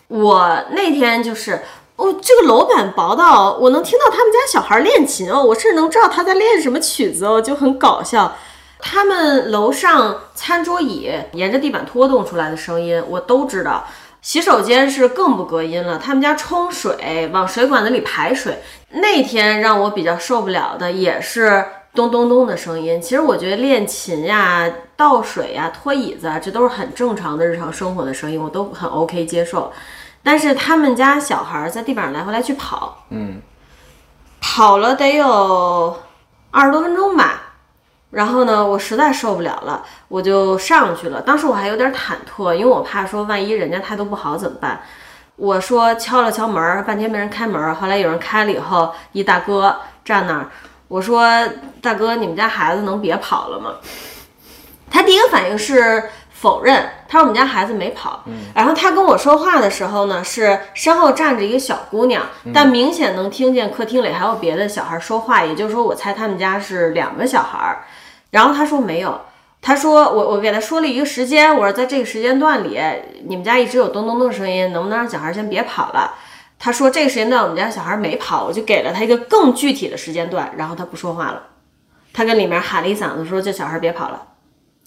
我那天就是，哦，这个楼板薄到我能听到他们家小孩练琴哦，我甚至能知道他在练什么曲子哦，就很搞笑。他们楼上餐桌椅沿着地板拖动出来的声音，我都知道。洗手间是更不隔音了，他们家冲水往水管子里排水。那天让我比较受不了的也是咚咚咚的声音。其实我觉得练琴呀、倒水呀、拖椅子啊，这都是很正常的日常生活的声音，我都很 OK 接受。但是他们家小孩儿在地板上来回来去跑，嗯，跑了得有二十多分钟吧。然后呢，我实在受不了了，我就上去了。当时我还有点忐忑，因为我怕说万一人家态度不好怎么办。我说敲了敲门儿，半天没人开门儿。后来有人开了以后，一大哥站那儿，我说：“大哥，你们家孩子能别跑了吗？”他第一个反应是否认，他说我们家孩子没跑。然后他跟我说话的时候呢，是身后站着一个小姑娘，但明显能听见客厅里还有别的小孩说话，也就是说，我猜他们家是两个小孩儿。然后他说没有，他说我我给他说了一个时间，我说在这个时间段里，你们家一直有咚咚咚的声音，能不能让小孩先别跑了？他说这个时间段我们家小孩没跑，我就给了他一个更具体的时间段，然后他不说话了，他跟里面喊了一嗓子说这小孩别跑了。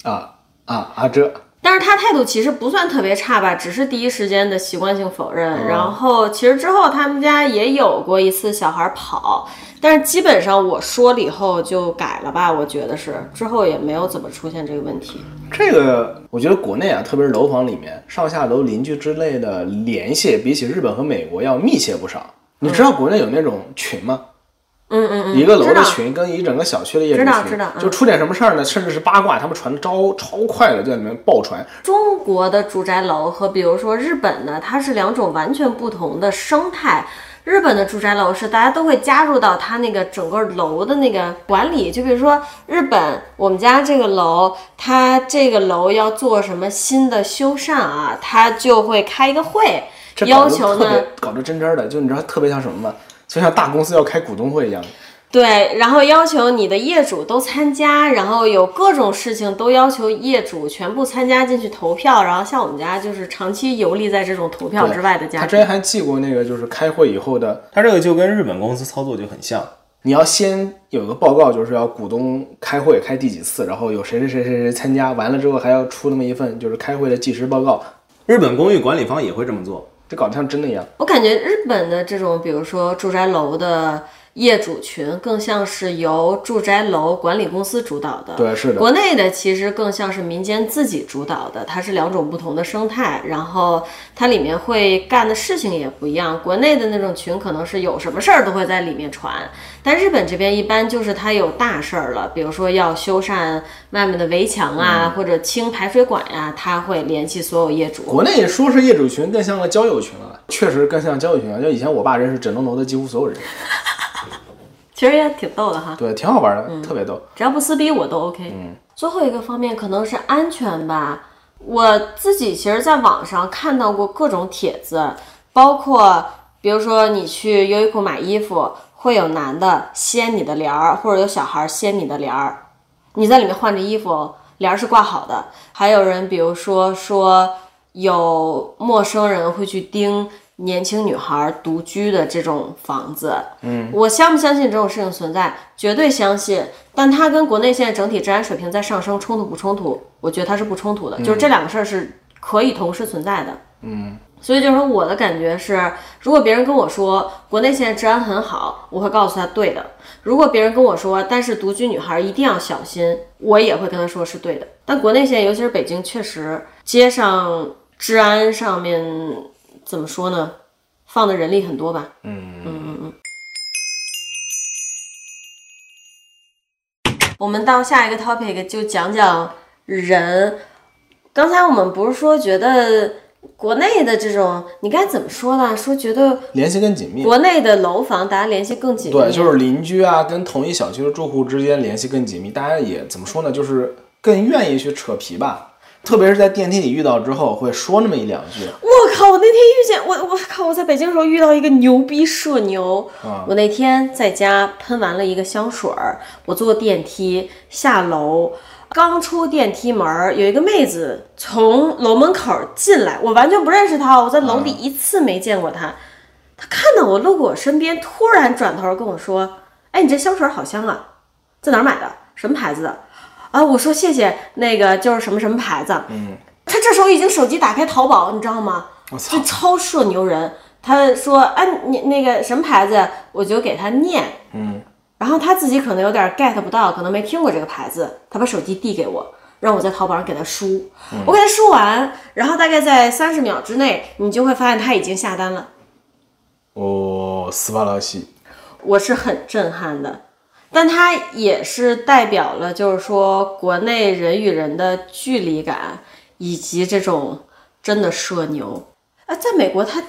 啊啊啊！这
但是他态度其实不算特别差吧，只是第一时间的习惯性否认。然后其实之后他们家也有过一次小孩跑，但是基本上我说了以后就改了吧，我觉得是之后也没有怎么出现这个问题。
这个我觉得国内啊，特别是楼房里面上下楼邻居之类的联系，比起日本和美国要密切不少。你知道国内有那种群吗？
嗯嗯嗯，
一个楼
知
的
道
群跟一整个小区的业主
知道
群，
知道嗯
就出点什么事儿呢，甚至是八卦，他们传的超超快的，就在里面爆传。
中国的住宅楼和比如说日本呢，它是两种完全不同的生态。日本的住宅楼是大家都会加入到它那个整个楼的那个管理，就比如说日本我们家这个楼，它这个楼要做什么新的修缮啊，它就会开一个会，
这搞
要
得
求
特
呢
别搞得真真儿的，就你知道特别像什么吗？就像大公司要开股东会一样。
对，然后要求你的业主都参加，然后有各种事情都要求业主全部参加进去投票。然后像我们家就是长期游历在这种投票
对
之外的家
他之前，
庭
还记过那个，就是开会以后的，
它这个就跟日本公司操作就很像，
你要先有个报告，就是要股东开会开第几次，然后有谁谁谁谁谁参加，完了之后还要出那么一份就是开会的计时报告，
日本公寓管理方也会这么做。
这搞得像真的一样。
我感觉日本的这种，比如说住宅楼的业主群，更像是由住宅楼管理公司主导的。
对是的
国内的其实更像是民间自己主导的，它是两种不同的生态，然后它里面会干的事情也不一样。国内的那种群可能是有什么事儿都会在里面传，但日本这边一般就是它有大事儿了，比如说要修缮外面的围墙
嗯
啊，或者清排水管呀、它会联系所有业主。
国内说是业主群，更像个交友群了，确实更像交友群了。就以前我爸认识整栋楼的几乎所有人，
其实也挺逗的哈。
对，挺好玩的，
嗯
特别逗。
只要不撕逼我都 OK。最后一个方面可能是安全吧。我自己其实在网上看到过各种帖子，包括比如说你去优衣库买衣服，会有男的掀你的帘儿，或者有小孩掀你的帘儿，你在里面换着衣服，帘儿是挂好的。还有人比如说说有陌生人会去盯年轻女孩独居的这种房子，我相不相信这种事情存在？绝对相信，但它跟国内现在整体治安水平在上升冲突不冲突？我觉得它是不冲突的，就是这两个事儿是可以同时存在的。所以就是说我的感觉是，如果别人跟我说国内现在治安很好，我会告诉他对的；如果别人跟我说，但是独居女孩一定要小心，我也会跟他说是对的。但国内现在，尤其是北京，确实街上治安上面怎么说呢，放的人力很多吧。嗯嗯嗯嗯。我们到下一个 topic 就讲讲人。刚才我们不是说觉得国内的这种，你该怎么说呢？说觉得
联系更紧密。
国内的楼房大家联系更紧密，
对，就是邻居啊，跟同一小区的住户之间联系更紧密，大家也怎么说呢？就是更愿意去扯皮吧，特别是在电梯里遇到之后，会说那么一两句。
我靠！我那天遇见我，我靠！我在北京的时候遇到一个牛逼社牛。我那天在家喷完了一个香水儿，我坐电梯下楼，刚出电梯门儿，有一个妹子从楼门口进来，我完全不认识她哦，我在楼里一次没见过她。她看到我路过我身边，突然转头跟我说：“哎，你这香水儿好香啊，在哪儿买的？什么牌子的？”啊，我说谢谢，那个就是什么什么牌子。嗯，他这时候已经手机打开淘宝，你知道吗？
我操
就！超社牛人。他说：“哎、你那个什么牌子？”我就给他念，嗯，然后他自己可能有点 get 不到，可能没听过这个牌子，他把手机递给我，让我在淘宝上给他输。
嗯
我给他输完，然后大概在三十秒之内，你就会发现他已经下单了。
哦，斯巴拉西，
我是很震撼的。但它也是代表了，就是说国内人与人的距离感，以及这种真的社牛。啊，在美国它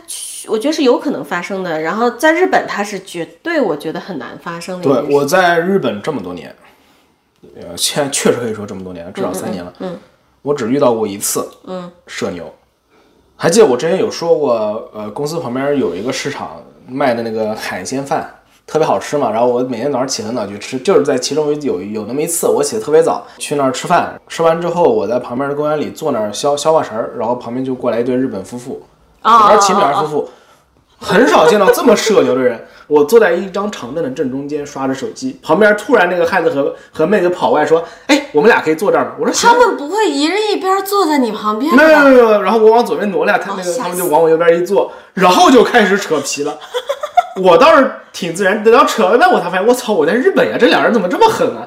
我觉得是有可能发生的，然后在日本它是绝对我觉得很难发生的一
对
件事。
我在日本这么多年，呃，现在确实可以说这么多年了，至少三年了。嗯，我只遇到过一次。嗯，社牛，还记得我之前有说过，呃，公司旁边有一个市场卖的那个海鲜饭。特别好吃嘛，然后我每天早上起很早去吃，就是在其中有有那么一次，我起得特别早去那儿吃饭，吃完之后我在旁边的公园里坐那儿消消化神儿，然后旁边就过来一对日本夫妇，
啊
而秦美儿夫妇，很少见到这么社牛的人。我坐在一张长凳的正中间，刷着手机，旁边突然那个汉子和和妹子跑过来说：“哎，我们俩可以坐这儿吗？”我说：“行
他。们不会一人一边坐在你旁边
没有”没有
吧？
没有，然后我往左边挪了，他那
哦
个
吓
他们就
死
往我右边一坐，然后就开始扯皮了。我倒是挺自然，等到扯到那我才发现，我操，我在日本呀，这俩人怎么这么狠啊？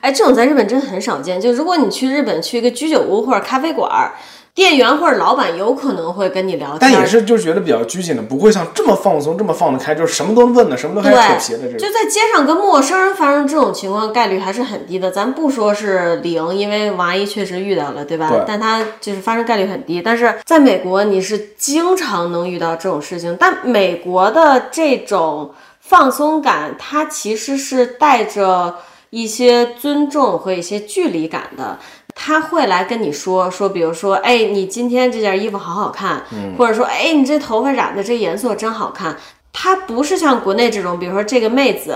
哎，这种在日本真的很少见。就如果你去日本去一个居酒屋或者咖啡馆儿，店员或者老板有可能会跟你聊天，
但也是就是觉得比较拘谨的，不会像这么放松、这么放得开，就是什么都问的，什么都开始扯皮的这
对，
种
就。在街上跟陌生人发生这种情况概率还是很低的。咱不说是零，因为娃一确实遇到了，对吧？
对
但它就是发生概率很低。但是在美国，你是经常能遇到这种事情。但美国的这种放松感，它其实是带着一些尊重和一些距离感的。他会来跟你说说，比如说，哎，你今天这件衣服好好看，
嗯
或者说，哎，你这头发染的这颜色真好看。他不是像国内这种，比如说这个妹子，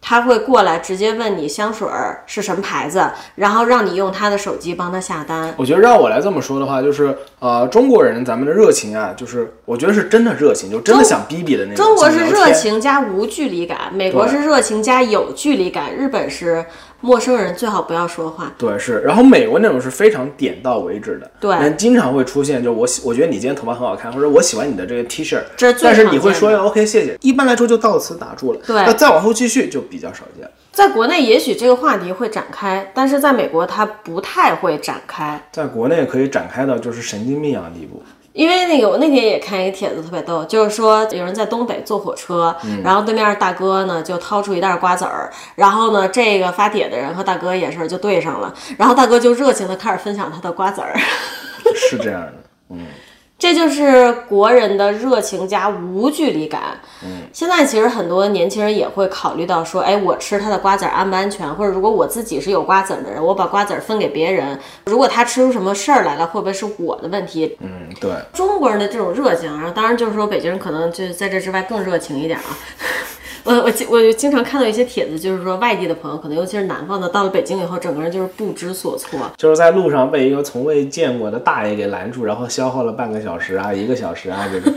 他会过来直接问你香水儿是什么牌子，然后让你用他的手机帮他下单。
我觉得让我来这么说的话，就是呃，中国人咱们的热情啊，就是我觉得是真的热情，就真的想逼逼的那种。
中国
想
是
聊
热
天，
情加无距离感，美国
对
是热情加有距离感，日本是陌生人最好不要说话。
对是。然后美国那种是非常点到为止的，
对
但经常会出现，就我喜，我觉得你今天头发很好看，或者我喜欢你的这个 T 恤，
这是最
但是
常
你会
见
说
的
OK 谢谢。一般来说就到此打住了，
对
那再往后继续就比较少见。
在国内，也许这个话题会展开，但是在美国，它不太会展开。
在国内可以展开到就是神经病一样啊的地步，
因为那个，我那天也看一个帖子特别逗，就是说有人在东北坐火车，然后对面大哥呢就掏出一袋瓜子儿，然后呢这个发帖的人和大哥也是就对上了，然后大哥就热情的开始分享他的瓜子儿，
是这样的。
这就是国人的热情加无距离感。嗯，现在其实很多年轻人也会考虑到说，哎，我吃他的瓜子儿安不安全？或者如果我自己是有瓜子儿的人，我把瓜子儿分给别人，如果他吃出什么事儿来了，会不会是我的问题？
嗯，对，
中国人的这种热情，然后当然就是说北京人可能就是在这之外更热情一点啊。 我我经我就经常看到一些帖子，就是说外地的朋友，可能尤其是南方的，到了北京以后，整个人就是不知所措。
就是在路上被一个从未见过的大爷给拦住，然后消耗了半个小时啊，一个小时啊这种。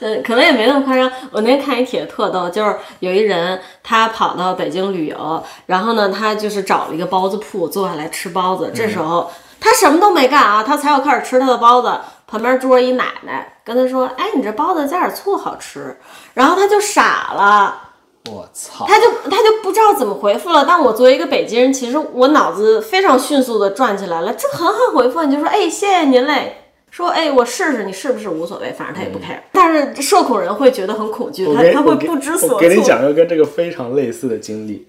嗯，可能也没那么夸张。我那天看一帖子特逗，就是有一人他跑到北京旅游，然后呢，他就是找了一个包子铺坐下来吃包子。这时候他什么都没干啊，他才要开始吃他的包子。旁边桌一奶奶跟他说：“哎，你这包子加点醋好吃。”然后他就傻了。
我操！
他就他就不知道怎么回复了。但我作为一个北京人，其实我脑子非常迅速的转起来了，这很好回复，你就说哎谢谢您嘞，说哎我试试，你是不是无所谓，反正他也不 care、但是社恐人会觉得很恐惧，
嗯我
他
给
他
我
会
给
不知所措。
我给你讲个跟这个非常类似的经历。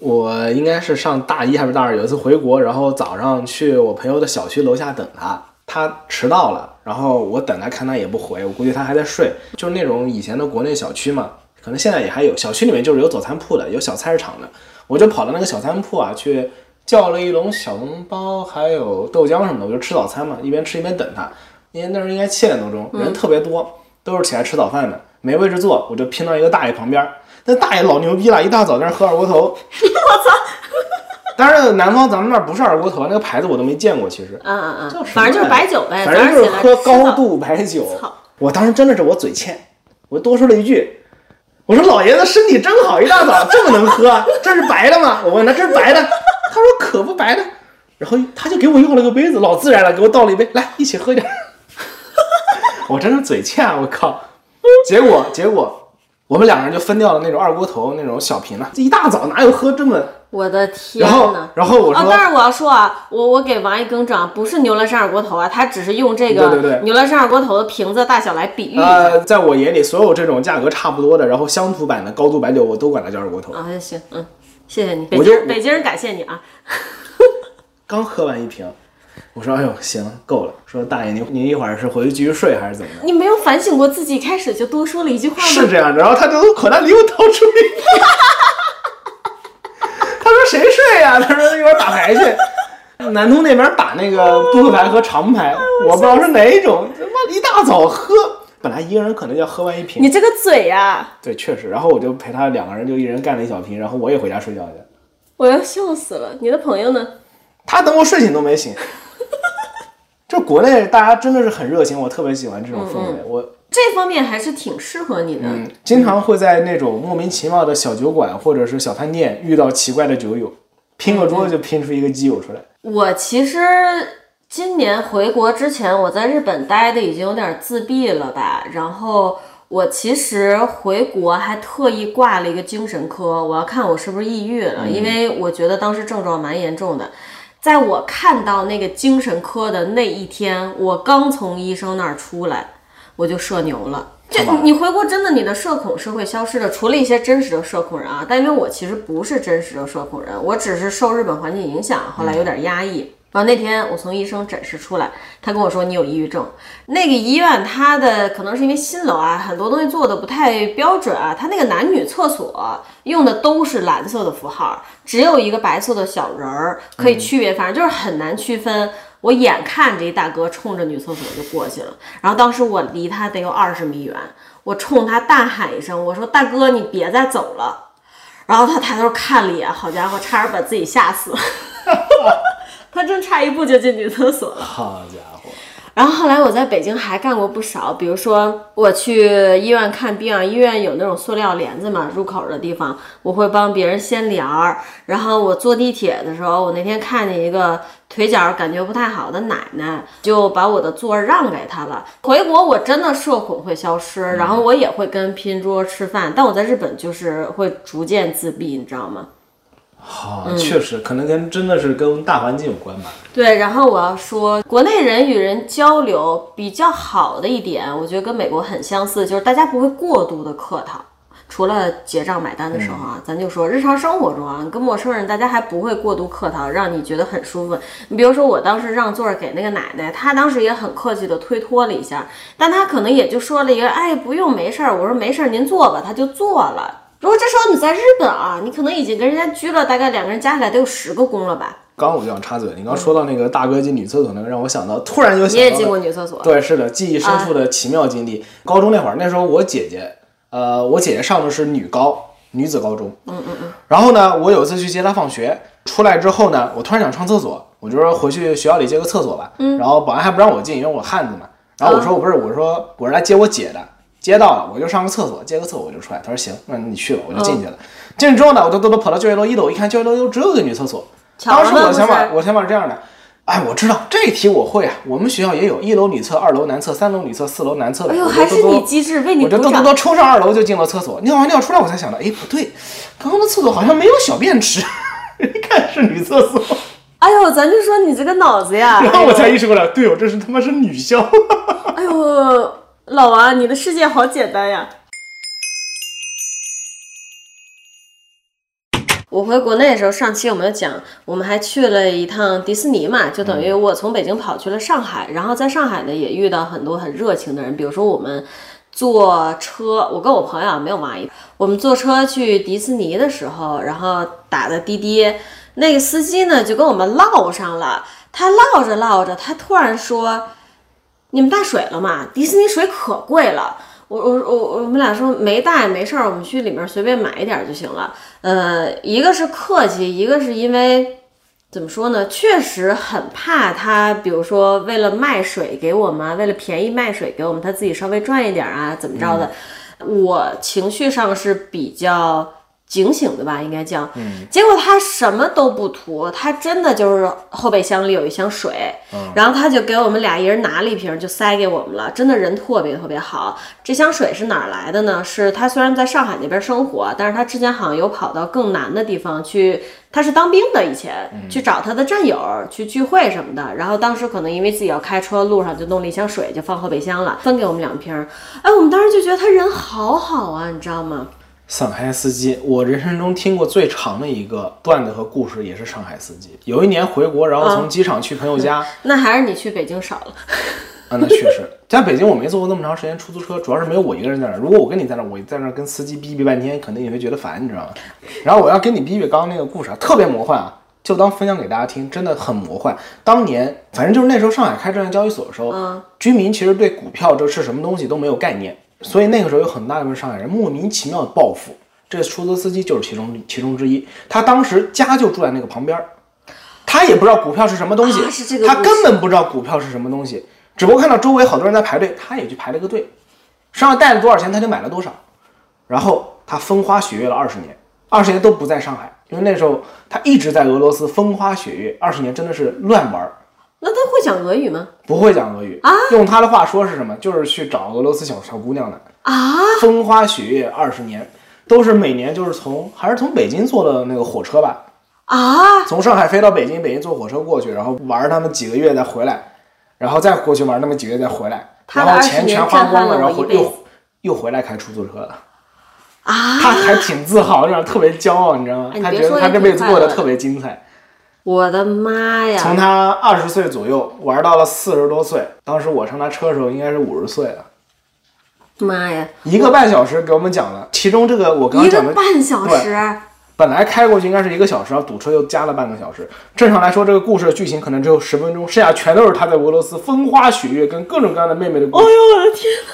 我应该是上大一还是大二，有一次回国，然后早上去我朋友的小区楼下等他，他迟到了，然后我等他看他也不回，我估计他还在睡，就是那种以前的国内小区嘛，可能现在也还有，小区里面就是有早餐铺的，有小菜市场的，我就跑到那个小餐铺啊去叫了一笼小笼包，还有豆浆什么的，我就吃早餐嘛，一边吃一边等他，因为那时候应该七点多钟，人特别多，都是起来吃早饭的，没位置坐，我就拼到一个大爷旁边儿。那大爷老牛逼了，一大早在那儿喝二锅 头，我操！当然，南方咱们那儿不是二锅头，那个牌子我都没见过，其实。
嗯嗯
叫什
嗯，
么
反正就是白酒呗，
反正就是
早上起
喝
来吃
高
早
度白酒
操。
我当时真的是我嘴欠，我多说了一句，我说老爷子身体真好，一大早这么能喝，这是白的吗？我问他这是白的，他说可不白的，然后他就给我要了个杯子，老自然了，给我倒了一杯，来一起喝点儿。 我真是嘴欠，啊我靠！结果结果我们两个人就分掉了那种二锅头那种小瓶了，这一大早哪有喝这么？
我的天
然后
呐！
然后我说、
哦，但是我要说啊，我我给王毅更正啊，不是牛栏山二锅头啊，他只是用这
对对
个
对
牛栏山二锅头的瓶子大小来比喻一下。
呃，在我眼里，所有这种价格差不多的，然后乡土版的高度白酒，我都管它叫二锅头。
啊，行，嗯，谢谢你，北
我
京
就
人北京人感谢你啊。
刚喝完一瓶，我说：“哎呦，行，够了。”说大爷，您您一会儿是回去继续睡还是怎么的？
你没有反省过自己开始就多说了一句话吗？
是这样的。然后他就从口袋里又掏出一瓶，他说：“谁睡呀、他说：“一会儿打牌去。”南通那边打那个扑克牌和长牌，我不知道是哪一种。他妈一大早喝，本来一个人可能要喝完一瓶
你，这个嘴啊呀、
对，确实。然后我就陪他两个人就一人干了一小瓶，然后我也回家睡觉去了。
我要笑死了。你的朋友呢？
他等我睡醒都没醒。 就国内大家真的是很热情，我特别喜欢这种氛围。我
这方面还是挺适合你的。
嗯，经常会在那种莫名其妙的小酒馆或者是小饭店遇到奇怪的酒友，拼个桌就拼出一个基友出来。
我其实今年回国之前，我在日本待的已经有点自闭了吧。然后我其实回国还特意挂了一个精神科，我要看我是不是抑郁了，因为我觉得当时症状蛮严重的。在我看到那个精神科的那一天，我刚从医生那儿出来，我就社牛了。这你回国真的，你的社恐是会消失的，除了一些真实的社恐人啊。但因为我其实不是真实的社恐人，我只是受日本环境影响，后来有点压抑。然后那天我从医生诊室出来，他跟我说你有抑郁症。那个医院它的可能是因为新楼啊，很多东西做的不太标准啊，它那个男女厕所用的都是蓝色的符号，只有一个白色的小人儿可以区别，反正就是很难区分。我眼看着一大哥冲着女厕所就过去了，然后当时我离他得有二十米远，我冲他大喊一声，我说：“大哥，你别再走了。”然后他抬头看了一眼，好家伙，差点把自己吓死 了。他真差一步就进女厕所了。
好家伙，
然后后来我在北京还干过不少，比如说我去医院看病啊，医院有那种塑料帘子嘛，入口的地方，我会帮别人掀帘儿。然后我坐地铁的时候，我那天看见一个腿脚感觉不太好的奶奶，就把我的座儿让给她了。回国我真的社恐会消失，然后我也会跟拼桌吃饭，但我在日本就是会逐渐自闭，你知道吗？
好、确实可能跟真的是跟大环境有关吧。
对，然后我要说，国内人与人交流比较好的一点，我觉得跟美国很相似，就是大家不会过度的客套。除了结账买单的时候
嗯
啊，咱就说日常生活中啊，你跟陌生人大家还不会过度客套，让你觉得很舒服。你比如说我当时让座儿给那个奶奶，她当时也很客气的推脱了一下，但她可能也就说了一个“哎，不用，没事儿”，我说没事儿，您坐吧，她就坐了。如果这时候你在日本啊，你可能已经跟人家鞠了大概两个人加起来得有十个躬了吧？
刚刚我就想插嘴，你刚说到那个大哥进女厕所那个，让我想到，突然就想到
你也
了
进过女厕所？
对，是的，记忆深处的奇妙经历。高中那会儿，那时候我姐姐，呃，我姐姐上的是女高，女子高中。嗯嗯嗯。然后呢，我有一次去接她放学，出来之后呢，我突然想上厕所，我就说回去学校里借个厕所吧。嗯。然后保安还不让我进，因为我汉子嘛。
哦
然后我说我不是，我说我是来接我姐的。接到了，我就上个厕所，接个厕所我就出来。他说行，那你去吧，我就进去
哦
了。进去之后呢，我就偷偷跑到教学楼一楼，一看教学楼一楼只有一个女厕所。
巧
当
了
时
吗
我的想
不
法
是，
我想法是这样的：哎，我知道这一题我会啊，我们学校也有一楼女厕、二楼男厕、三楼女厕、四楼男厕的。
哎呦，
我就
还是
哆
你
哆
机智，为你
我这
鼓
哆哆
掌
哆。冲上二楼就进了厕所，尿完尿出来，我才想到，哎，不对，刚刚的厕所好像没有小便池， 一看是女厕所，
哎呦，咱就说你这个脑 子呀！
然后我才意识过来，对哦，这是他妈是女校。
哎呦，老王，你的世界好简单呀！我回国内的时候，上期有没有讲？我们还去了一趟迪士尼嘛，就等于我从北京跑去了上海，然后在上海呢也遇到很多很热情的人，比如说我们坐车，我跟我朋友啊没有蚂蚁，我们坐车去迪士尼的时候，然后打的滴滴，那个司机呢就跟我们唠上了，他唠着唠着，他突然说。你们带水了吗？迪士尼水可贵了。我我我我们俩说没带没事儿，我们去里面随便买一点儿就行了。呃，一个是客气，一个是因为怎么说呢，确实很怕他，比如说为了卖水给我们啊，为了便宜卖水给我们，他自己稍微赚一点儿啊，怎么着的。我情绪上是比较警醒的吧，应该叫。嗯。结果他什么都不图，他真的就是后备箱里有一箱水，然后他就给我们俩一人拿了一瓶，就塞给我们了。真的人特别特别好。这箱水是哪儿来的呢？是他虽然在上海那边生活，但是他之前好像有跑到更南的地方去。他是当兵的，以前去找他的战友去聚会什么的，然后当时可能因为自己要开车，路上就弄了一箱水，就放后备箱了，分给我们两瓶儿。哎，我们当时就觉得他人好好啊，你知道吗？
上海司机，我人生中听过最长的一个段子和故事，也是上海司机。有一年回国，然后从机场去朋友家，
那还是你去北京少了。
啊，那确实，在北京我没坐过那么长时间出租车，主要是没有我一个人在那儿。如果我跟你在那儿，我在那儿跟司机逼逼半天，可能你会觉得烦，你知道吗？然后我要跟你逼逼刚刚那个故事啊，特别魔幻啊，就当分享给大家听，真的很魔幻。当年反正就是那时候上海开证券交易所的时候，
嗯
居民其实对股票这是什么东西都没有概念，所以那个时候有很大一部分上海人莫名其妙的暴富。这个出租司机就是其中其中之一，他当时家就住在那个旁边儿，他也不知道股票是什么东西，
啊是这个
他
故事
根本不知道股票是什么东西，只不过看到周围好多人在排队，他也去排了个队，身上带了多少钱他就买了多少，然后他风花雪月了二十年，二十年都不在上海，因为那时候他一直在俄罗斯风花雪月，二十年真的是乱玩儿，
那他会讲俄语吗？
不会讲俄语啊。用他的话说是什么？就是去找俄罗斯小小姑娘的
啊，
风花雪月二十年，都是每年就是从还是从北京坐的那个火车吧，
啊，
从上海飞到北京，北京坐火车过去，然后玩他们几个月再回来，然后再过去玩那么几个月再回来，
他
然
的
后
20
钱
年
全花
震撼
光
了
了，然
我
后
一辈
又
子
又回来开出租车了。 啊，他还挺自豪，让人特别骄傲，你知道吗
哎？你
他
别
觉
说
得他
也
这
挺
辈子
快
过得
乐的
特别精彩。
我的妈呀！
从他二十岁左右玩到了四十多岁，当时我上他车的时候应该是五十岁了，
妈呀，
一个半小时给我们讲了。其中这个我刚
一
刚讲
个
的，
半小时，
本来开过去应该是一个小时，然后堵车又加了半个小时。正常来说，这个故事的剧情可能只有十分钟，剩下全都是他在俄罗斯风花雪月跟各种各样的妹妹的故
哎
事。
呦我的天哪！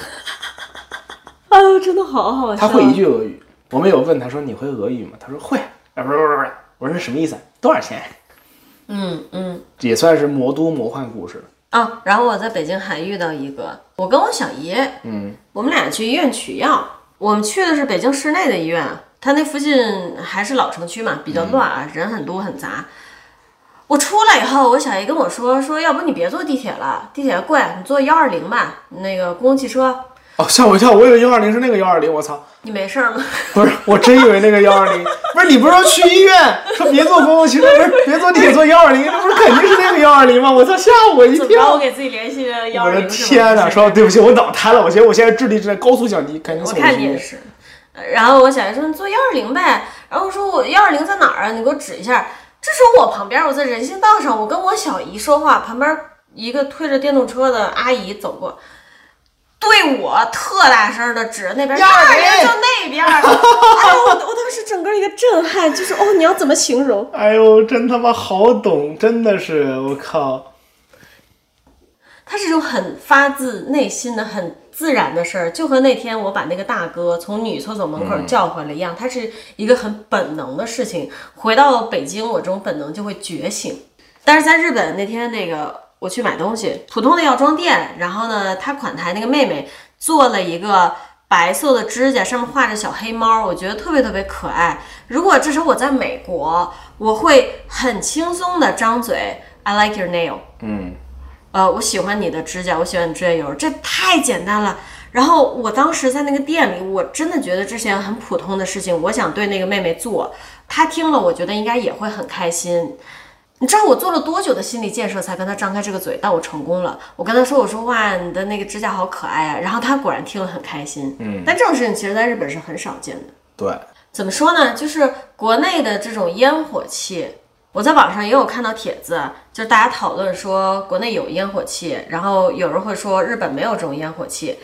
哎呦，真的好好笑。
他会一
嗯
句俄语，我们有问他说你会俄语吗？他说会。啊不是不是不是，我说那什么意思啊？多少钱？
嗯嗯
也算是魔都魔幻故事了。
啊，然后我在北京还遇到一个，我跟我小姨，嗯，我们俩去医院取药，我们去的是北京市内的医院，它那附近还是老城区嘛，
嗯
比较乱啊，人很多很杂。我出来以后，我小姨跟我说说，要不你别坐地铁了，地铁贵，你坐幺二零吧，那个公共汽车。
哦，吓我一跳！我以为幺二零是那个幺二零，我操！
你没事儿吗？
不是，我真以为那个幺二零， 不是你不是说去医院，说别坐公共汽车，不是别坐地铁，坐幺二零，那不是肯定是那个幺二零吗？我操，吓我一
怎么着？我
跳！
给自己联系幺
我
二
的
零。
天哪！说对不起，我脑瘫了，我觉得我现在智力正在高速降低，赶紧
我
送
看你
去医
也
院。
是。呃然后我小姨说你坐幺二零呗，然后我说我幺二零在哪儿啊？你给我指一下。这时候我旁边，我在人行道上，我跟我小姨说话，旁边一个推着电动车的阿姨走过，对我特大声的指着那边幺二零
120
就那边 儿。哎呦，我我当时整个一个震撼，就是哦，你要怎么形容？
哎呦，真他妈好懂，真的是，我靠！
它是一种很发自内心的、很自然的事儿，就和那天我把那个大哥从女厕所门口叫回来一样，它是一个很本能的事情。回到北京，我这种本能就会觉醒。但是在日本那天，那个我去买东西，普通的药妆店，然后呢，他款台那个妹妹做了一个白色的指甲，上面画着小黑猫，我觉得特别特别可爱。如果这时候我在美国，我会很轻松的张嘴， I like your nail，
嗯，
呃，我喜欢你的指甲，我喜欢你指甲油，这太简单了。然后我当时在那个店里，我真的觉得这是件很普通的事情，我想对那个妹妹做，她听了，我觉得应该也会很开心。你知道我做了多久的心理建设才跟她张开这个嘴？但我成功了。我跟她说：“我说哇，你的那个指甲好可爱啊。”然后她果然听了很开心。嗯，但这种事情其实在日本是很少见的。
对，
怎么说呢？就是国内的这种烟火气，我在网上也有看到帖子，就是大家讨论说国内有烟火气，然后有人会说日本没有这种烟火气。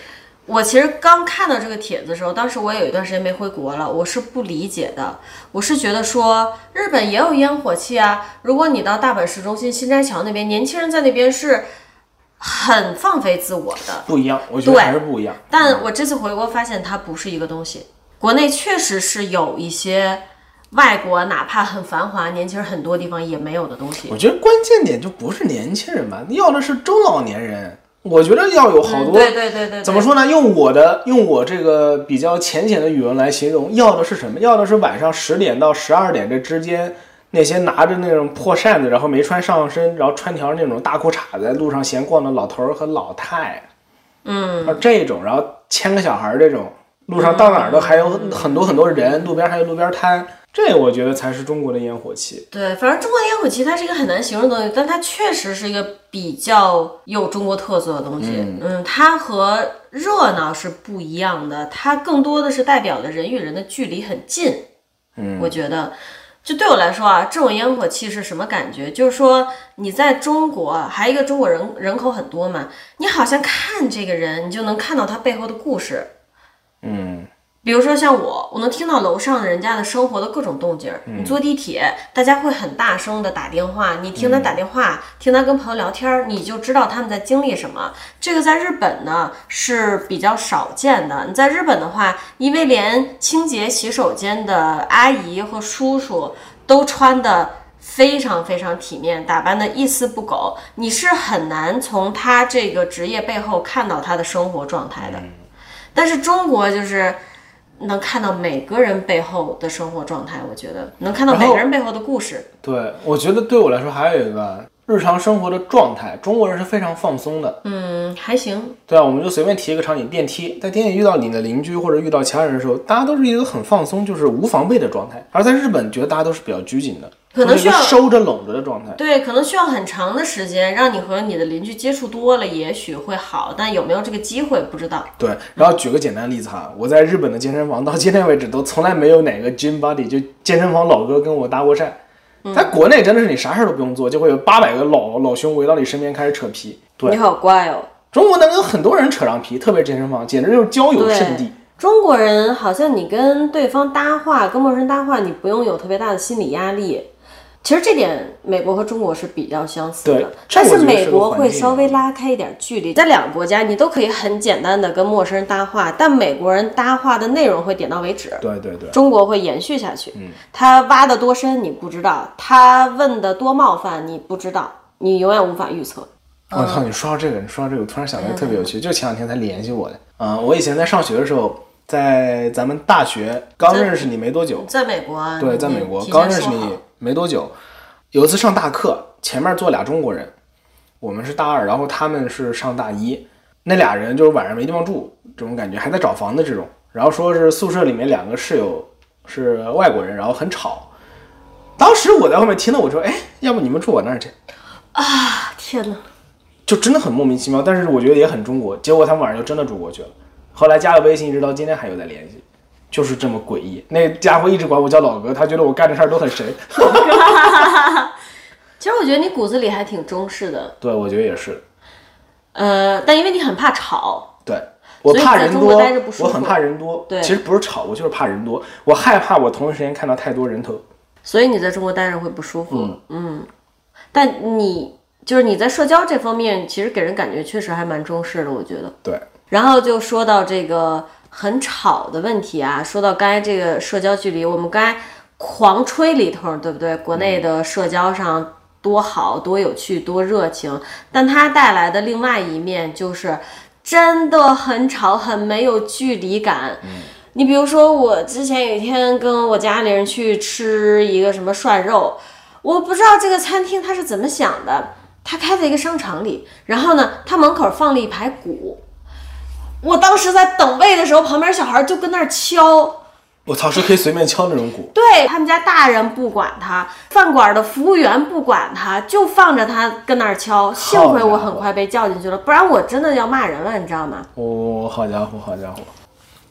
我其实刚看到这个帖子的时候，当时我有一段时间没回国了，我是不理解的。我是觉得说日本也有烟火气啊，如果你到大阪市中心新斋桥那边，年轻人在那边是很放飞自我的，
不一样，我觉得
对
还是不一样。
但我这次回国发现它不是一个东西。国内确实是有一些外国哪怕很繁华，年轻人很多地方也没有的东西
我。觉得关键点就不是年轻人吧，要的是中老年人。我觉得要有好多、
嗯对对对对对，
怎么？说呢？用我的用我这个比较浅显的语文来形容，要的是什么？要的是晚上十点到十二点这之间，那些拿着那种破扇子，然后没穿上身，然后穿条那种大裤衩在路上闲逛的老头儿和老太，嗯，这种，然后牵个小孩儿这种，路上到哪儿都还有
嗯
很多很多人，路边还有路边摊，这我觉得才是中国的烟火气。
对，反正中国烟火气它是一个很难形容的东西，但它确实是一个比较有中国特色的东西。嗯它和热闹是不一样的，它更多的是代表了人与人的距离很近。嗯，我觉得，就对我来说啊，这种烟火气是什么感觉？就是说你在中国啊，还有一个中国人人口很多嘛，你好像看这个人，你就能看到他背后的故事。
嗯，
比如说像我，我能听到楼上人家的生活的各种动静儿。你坐地铁，大家会很大声的打电话，你听他打电话，听他跟朋友聊天儿，你就知道他们在经历什么。这个在日本呢是比较少见的。你在日本的话，因为连清洁洗手间的阿姨和叔叔都穿的。非常非常体面，打扮的一丝不苟，你是很难从他这个职业背后看到他的生活状态的。但是中国就是能看到每个人背后的生活状态，我觉得能看到每个人背后的故事。
对，我觉得对我来说还有一个日常生活的状态，中国人是非常放松的。
嗯，还行。
对啊，我们就随便提一个场景，电梯，在电梯遇到你的邻居或者遇到其他人的时候，大家都是一个很放松，就是无防备的状态。而在日本，觉得大家都是比较拘谨的，
可能
都是一个
需要
收着拢着的状态。
对，可能需要很长的时间，让你和你的邻居接触多了，也许会好，但有没有这个机会不知道。
对，然后举个简单的例子哈，我在日本的健身房到今天为止都从来没有哪个 gym buddy 就健身房老哥跟我搭过讪。
嗯
在国内真的是你啥事儿都不用做，就会有八百个老老兄围到你身边开始扯皮。对
你，好怪哦。
中国能跟很多人扯上皮，特别是健身房，简直就是交友圣地
对。，中国人好像你跟对方搭话，跟陌生人搭话，你不用有特别大的心理压力。其实这点美国和中国是比较相似
对
的，
这
但
我觉得
是美
是个
国
环境
会稍微拉开一点距离。在两个国家，你都可以很简单的跟陌生人搭话，但美国人搭话的内容会点到为止。
对对对，
中国会延续下去。
嗯
他挖的多深你不知道，他问的多冒犯你不知道，你永远无法预测。
我操！哦你说到这个，你说到这个，我突然想到一个特别有趣，就前两天才联系我的。啊、我以前在上学的时候，在咱们大学刚认识你没多久，
在美国，
对，在美国刚认识你没多久，有一次上大课，前面坐俩中国人，我们是大二，然后他们是上大一，那俩人就是晚上没地方住，这种感觉还在找房子这种，然后说是宿舍里面两个室友是外国人，然后很吵。当时我在后面听到我说，哎，要不你们住我那儿去？
啊！天哪，
就真的很莫名其妙，但是我觉得也很中国。结果他们晚上就真的住过去了，后来加了微信，一直到今天还有在联系，就是这么诡异。那家伙一直管我叫老哥，他觉得我干的事儿都很神。
其实我觉得你骨子里还挺中式的，
对，我觉得也是。
呃，但因为你很怕吵，
对，我
所以
怕
在
人
中
多
国待着不，舒
我很
服
怕人多。
对
其实不是吵，我就是怕人多，我害怕我同一时间看到太多人头。
所以你在中国待着会不舒服。嗯但你就是你在社交这方面，其实给人感觉确实还蛮中式的，我觉得。
对，
然后就说到这个很吵的问题啊，说到刚才这个社交距离，我们刚才狂吹了一通，对不对？国内的社交上多好多有趣多热情，但它带来的另外一面就是真的很吵，很没有距离感。你比如说，我之前有一天跟我家里人去吃一个什么涮肉，我不知道这个餐厅他是怎么想的，他开在一个商场里，然后呢，他门口放了一排鼓。我当时在等位的时候，旁边小孩就跟那儿敲，
我操，是可以随便敲那种鼓，
对他们家大人不管他，饭馆的服务员不管他，就放着他跟那儿敲。幸亏我很快被叫进去了，不然我真的要骂人了，你知道吗？
哦，好家伙，好家伙，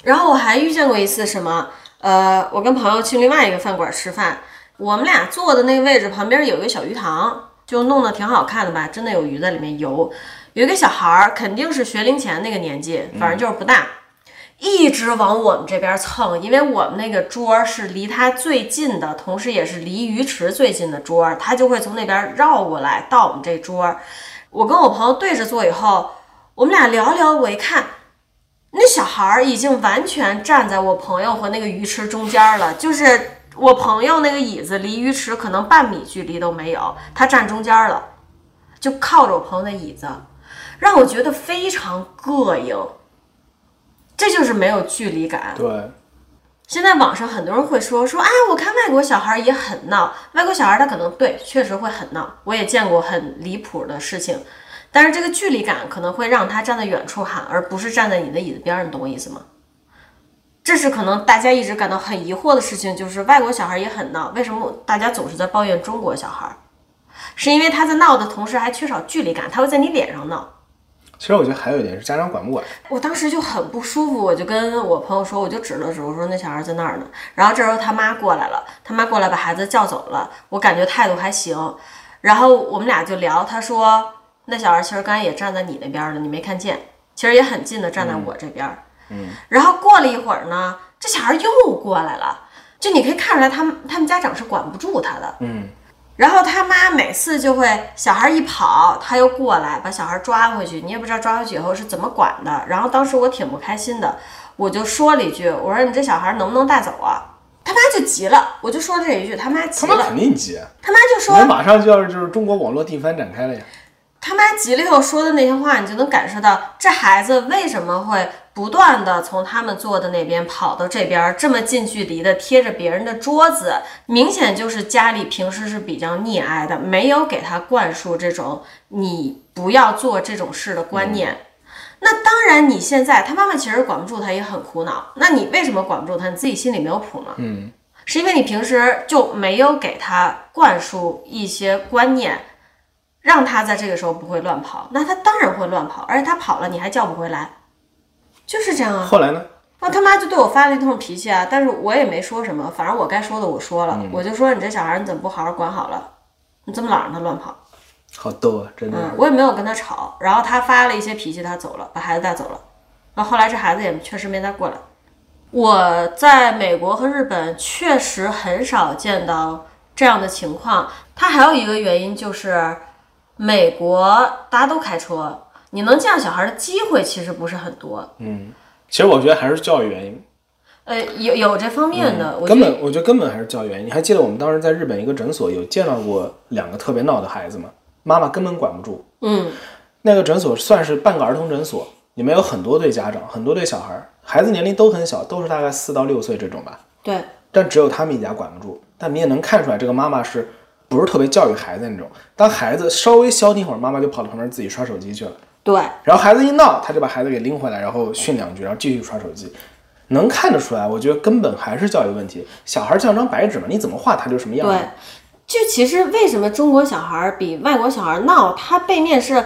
然后我还遇见过一次什么，呃，我跟朋友去另外一个饭馆吃饭，我们俩坐的那个位置旁边有一个小鱼塘，就弄得挺好看的吧，真的有鱼在里面游。有一个小孩儿，肯定是学龄前那个年纪，反正就是不大，一直往我们这边蹭，因为我们那个桌儿是离他最近的，同时也是离鱼池最近的桌儿，他就会从那边绕过来到我们这桌儿。我跟我朋友对着坐以后，我们俩聊聊，我一看，那小孩儿已经完全站在我朋友和那个鱼池中间儿了，就是我朋友那个椅子离鱼池可能半米距离都没有，他站中间儿了，就靠着我朋友的椅子，让我觉得非常膈应。这就是没有距离感。
对，
现在网上很多人会说说，哎，我看外国小孩也很闹，外国小孩他可能对确实会很闹，我也见过很离谱的事情，但是这个距离感可能会让他站在远处喊，而不是站在你的椅子边儿，你懂我意思吗？这是可能大家一直感到很疑惑的事情，就是外国小孩也很闹，为什么大家总是在抱怨中国小孩？是因为他在闹的同时还缺少距离感，他会在你脸上闹。
其实我觉得还有一点是家长管不管，
我当时就很不舒服，我就跟我朋友说，我就指了指，我说那小孩在那儿呢。然后这时候他妈过来了，他妈过来把孩子叫走了，我感觉态度还行。然后我们俩就聊，他说那小孩其实刚才也站在你那边了，你没看见，其实也很近的站在我这边。嗯。然后过了一会儿呢，这小孩又过来了，就你可以看出来他们他们家长是管不住他的。
嗯，
然后他妈每次就会小孩一跑，他又过来把小孩抓回去，你也不知道抓回去以后是怎么管的。然后当时我挺不开心的，我就说了一句：“我说你这小孩能不能带走啊？”他妈就急了，我就说了这一句，他妈急
他妈
了，
肯定急，啊
他妈就
我们
说，
马上就要就是中国网络地翻展开了呀，
他妈急了以后说的那些话，你就能感受到这孩子为什么会不断的从他们坐的那边跑到这边，这么近距离的贴着别人的桌子，明显就是家里平时是比较溺爱的，没有给他灌输这种你不要做这种事的观念。那当然，你现在他妈妈其实管不住他，也很苦恼。那你为什么管不住他？你自己心里没有谱吗？
嗯，
是因为你平时就没有给他灌输一些观念，让他在这个时候不会乱跑。那他当然会乱跑，而且他跑了你还叫不回来，就是这样啊。
后来呢？
那他妈就对我发了一通脾气啊，但是我也没说什么，反正我该说的我说了，我就说你这小孩儿你怎么不好好管好了，你怎么老让他乱跑？
好逗啊，真的。
嗯，我也没有跟他吵，然后他发了一些脾气，他走了，把孩子带走了。然后后来这孩子也确实没再过来。我在美国和日本确实很少见到这样的情况。它还有一个原因就是，美国大家都开车，你能见到小孩的机会其实不是很多。
其实我觉得还是教育原因，
呃，有有这方面的，我觉
嗯根
得
本我觉得根本还是教育原因。你还记得我们当时在日本一个诊所有见到过两个特别闹的孩子吗？妈妈根本管不住。
嗯，
那个诊所算是半个儿童诊所，里面有很多对家长，很多对小孩儿，孩子年龄都很小，都是大概四到六岁这种吧。
对，
但只有他们一家管不住。但你也能看出来，这个妈妈是不是特别教育孩子的那种？当孩子稍微消停一会儿，妈妈就跑到旁边自己刷手机去了。
对，
然后孩子一闹，他就把孩子给拎回来，然后训两句，然后继续刷手机。能看得出来，我觉得根本还是教育问题。小孩像张白纸嘛，你怎么画他就什么样子。
对，就其实为什么中国小孩儿比外国小孩儿闹，它背面是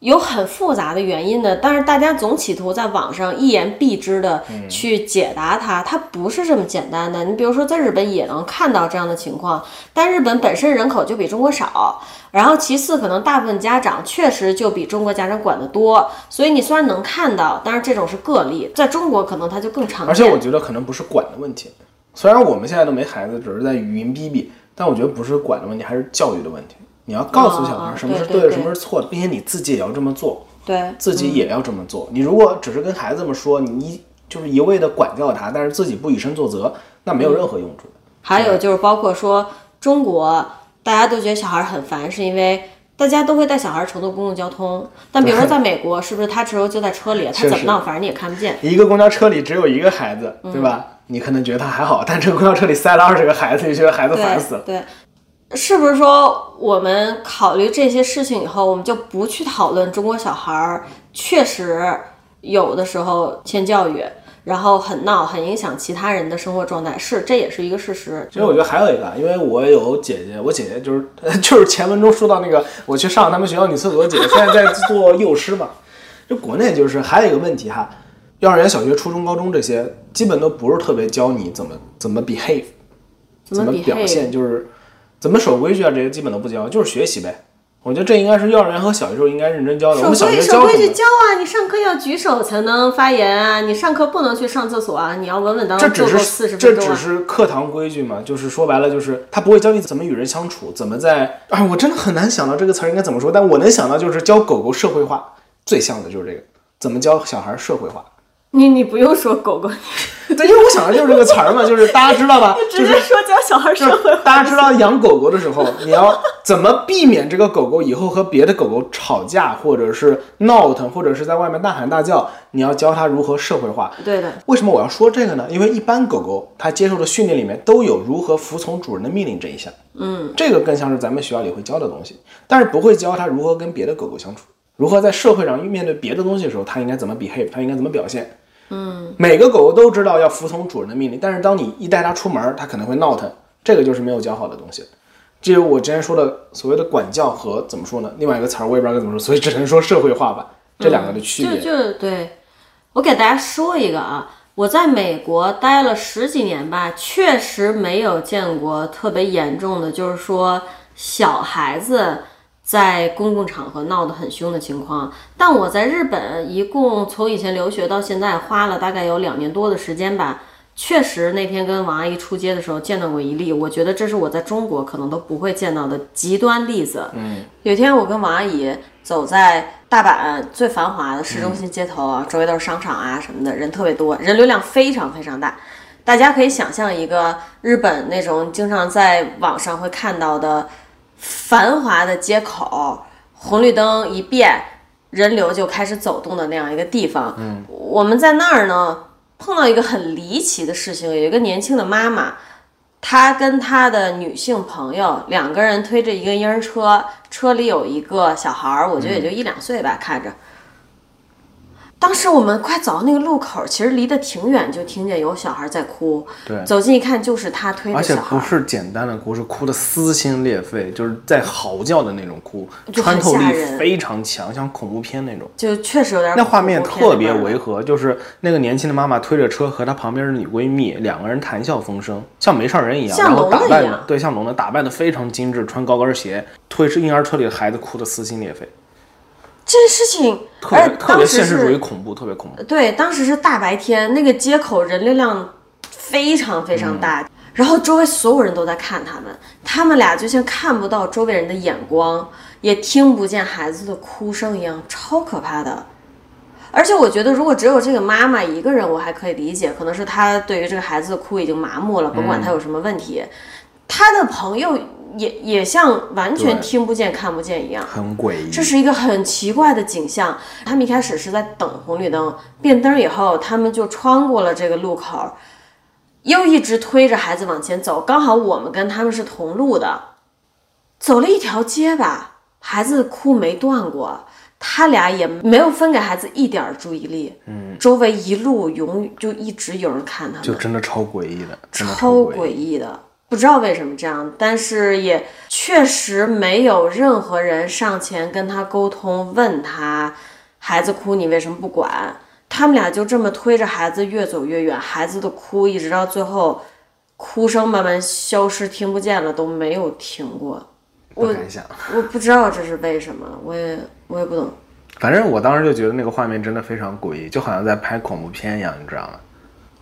有很复杂的原因的，但是大家总企图在网上一言蔽之的
嗯
去解答它，它不是这么简单的。你比如说，在日本也能看到这样的情况，但日本本身人口就比中国少，然后其次可能大部分家长确实就比中国家长管得多，所以你虽然能看到，但是这种是个例，在中国可能它就更常见。
而且我觉得可能不是管的问题，虽然我们现在都没孩子，只是在语音逼逼，但我觉得不是管的问题，还是教育的问题。你要告诉小
啊啊
孩什么是
对对
对的，
对
什么是错的，并且你自己也要这么做，
对，
自己也要这么做。你如果只是跟孩子们说，你一就是一味的管教他，但是自己不以身作则，那没有任何用处。
还有就是包括说中国，大家都觉得小孩很烦，是因为大家都会带小孩乘坐公共交通。但比如说在美国，是不是他只有就在车里，他怎么闹，反正你也看不见。
一个公交车里只有一个孩子，对吧？你可能觉得他还好，但这个公交车里塞了二十个孩子，你觉得孩子
对
烦死了。
对，是不是说我们考虑这些事情以后，我们就不去讨论中国小孩儿确实有的时候欠教育，然后很闹，很影响其他人的生活状态，是这也是一个事实。
其实我觉得还有一个，因为我有姐姐，我姐姐就是 就是前文中说到那个我去上他们学校女厕所，姐姐现在在做幼师嘛。就国内就是还有一个问题哈，幼儿园、小学、初中、高中这些基本都不是特别教你怎么怎么 behave，
怎
怎
么
么
behave
表现，就是怎么守规矩啊，这些基本都不教，就是学习呗。我觉得这应该是幼儿园和小学时候应该认真教的。我
守
们小
规
学
守
教
规
什
矩
么？
教啊，你上课要举手才能发言啊，你上课不能去上厕所啊，你要稳稳当
这
当
只
坐够
是
四十
这
分钟
只
啊。
是课堂规矩嘛，就是说白了就是他不会教你怎么与人相处，怎么在哎，我真的很难想到这个词儿应该怎么说，但我能想到就是教狗狗社会化，最像的就是这个，怎么教小孩社会 化。
你你不用说狗狗，
对，因为我想的就是这个词儿嘛，就是大家知道吧？就
直
是
接说教小孩
就
社会
是大家知道养狗狗的时候，你要怎么避免这个狗狗以后和别的狗狗吵架，或者是闹腾，或者是在外面大喊大叫，你要教它如何社会化。
对的，
为什么我要说这个呢？因为一般狗狗它接受的训练里面都有如何服从主人的命令这一项，嗯，这个更像是咱们学校里会教的东西，但是不会教它如何跟别的狗狗相处，如何在社会上面对别的东西的时候，它应该怎么 behave，它应该怎么表现。嗯，每个狗狗都知道要服从主人的命令，但是当你一带它出门，它可能会闹腾，这个就是没有教好的东西。这就是我之前说的所谓的管教和怎么说呢？另外一个词儿我也不知道该怎么说，所以只能说社会化吧，这两个的区
就
别。
就对，我给大家说一个啊，我在美国待了十几年吧，确实没有见过特别严重的，就是说小孩子在公共场合闹得很凶的情况。但我在日本一共从以前留学到现在花了大概有两年多的时间吧。确实，那天跟王阿姨出街的时候见到过一例，我觉得这是我在中国可能都不会见到的极端例子。有一天我跟王阿姨走在大阪最繁华的市中心街头啊，周围都是商场啊什么的，人特别多，人流量非常非常大。大家可以想象一个日本那种经常在网上会看到的繁华的街口，红绿灯一变，人流就开始走动的那样一个地方。嗯，我们在那儿呢碰到一个很离奇的事情，有一个年轻的妈妈，他跟他的女性朋友两个人推着一个婴儿车，车里有一个小孩儿，我觉得也就一两岁吧，看着。当时我们快走到那个路口，其实离得挺远，就听见有小孩在哭。
对
走近一看，就是他推
而
着
且
小孩
不
儿，
是简单的哭，是哭的撕心裂肺，就是在嚎叫的那种哭，
就
穿
很
透
吓
力
人
非常强，像恐怖片那种。
就确实有点
那画面
恐怖片
特别
那味儿
违和，就是那个年轻的妈妈推着车和她旁边的女闺蜜两个人谈笑风生，像没事儿人一样，
像
然后
聋了
打
一
扮
样
的对，像聋的，打扮的非常精致，穿高跟鞋，推着婴儿车里的孩子哭得撕心裂肺，
这事情，
特
哎
别，特别
当时
现实
是
主义恐怖，特别恐怖。
对，当时是大白天，那个街口人流量非常非
嗯
常大，然后周围所有人都在看他们，他们俩就像看不到周围人的眼光，也听不见孩子的哭声一样，超可怕的。而且我觉得，如果只有这个妈妈一个人，我还可以理解，可能是她对于这个孩子的哭已经麻木了，甭管
嗯
他有什么问题，她的朋友也也像完全
对
听不见、看不见一样。
很诡异，
这是一个很奇怪的景象。他们一开始是在等红绿灯，变灯以后，他们就穿过了这个路口，又一直推着孩子往前走。刚好我们跟他们是同路的，走了一条街吧，孩子哭没断过。他俩也没有分给孩子一点儿注意力，嗯，周围一路永就一直有人看他们，
就真的超诡异的，真的
超
诡
诡
异。
异的，不知道为什么这样，但是也确实没有任何人上前跟他沟通，问他孩子哭你为什么不管？他们俩就这么推着孩子越走越远，孩子的哭一直到最后，哭声慢慢消失，听不见了都没有停过。
不敢想，
我不知道这是为什么，我也我也不懂。
反正我当时就觉得那个画面真的非常诡异，就好像在拍恐怖片一样，你知道吗？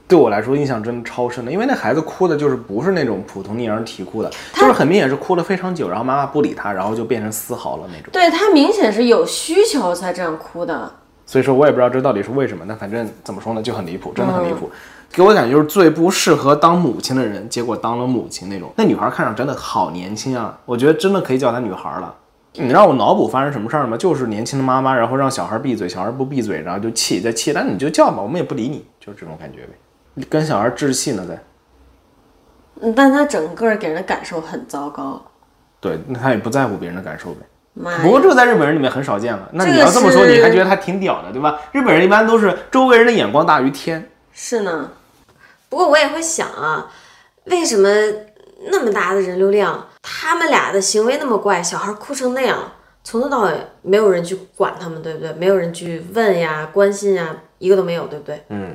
对我来说印象真的超深的，因为那孩子哭的就是不是那种普通婴儿啼哭的，就是很明显是哭了非常久，然后妈妈不理他，然后就变成嘶嚎了那种。
对他明显是有需求才这样哭的，
所以说我也不知道这到底是为什么，但反正怎么说呢，就很离谱，真的很离谱。给我感觉就是最不适合当母亲的人，结果当了母亲那种。那女孩看上真的好年轻啊，我觉得真的可以叫她女孩了。你让我脑补发生什么事儿了吗？就是年轻的妈妈，然后让小孩闭嘴，小孩不闭嘴，然后就气，再气，但你就叫吧，我们也不理你，就是这种感觉呗。你跟小孩置气呢，在
嗯但他整个给人的感受很糟糕。
对，那他也不在乎别人的感受呗。
妈
不过
呀，
这个在日本人里面很少见了。那
这
你
个
要这么说，
是
你还觉得他挺屌的，对吧？日本人一般都是周围人的眼光大于天，
是呢，
不过我也会想啊，为什么那么大的人流量，他们俩的行为那么怪，小孩哭成那样，从头到尾没有人去管他们，对不对？没有人去问呀、关心呀，一个都没有，对不对？嗯。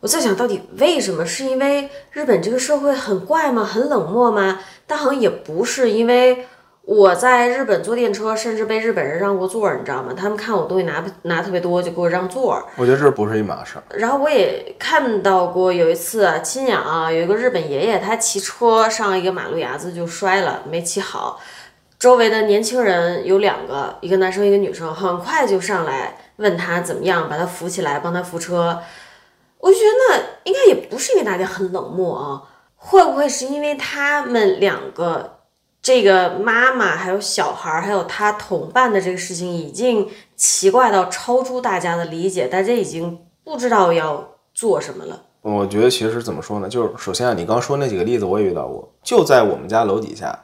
我在想到底为什么？是因为日本这个社会很怪吗？很冷漠吗？但好像也不是，因为我在日本坐电车，甚至被日本人让过座儿，你知道吗？他们看我东西拿不拿特别多，就给我让座儿。
我觉得这不是一码事儿。
然后我也看到过有一次啊亲眼啊，有一个日本爷爷，他骑车上一个马路牙子就摔了，没骑好。周围的年轻人有两个，一个男生一个女生，很快就上来问他怎么样，把他扶起来，帮他扶车。我就觉得那应该也不是因为大家很冷漠啊，会不会是因为他们两个这个妈妈还有小孩儿还有他同伴的这个事情已经奇怪到超出大家的理解，大家已经不知道要做什么了。
我觉得其实怎么说呢，就是首先啊，你刚说那几个例子我也遇到过，就在我们家楼底下，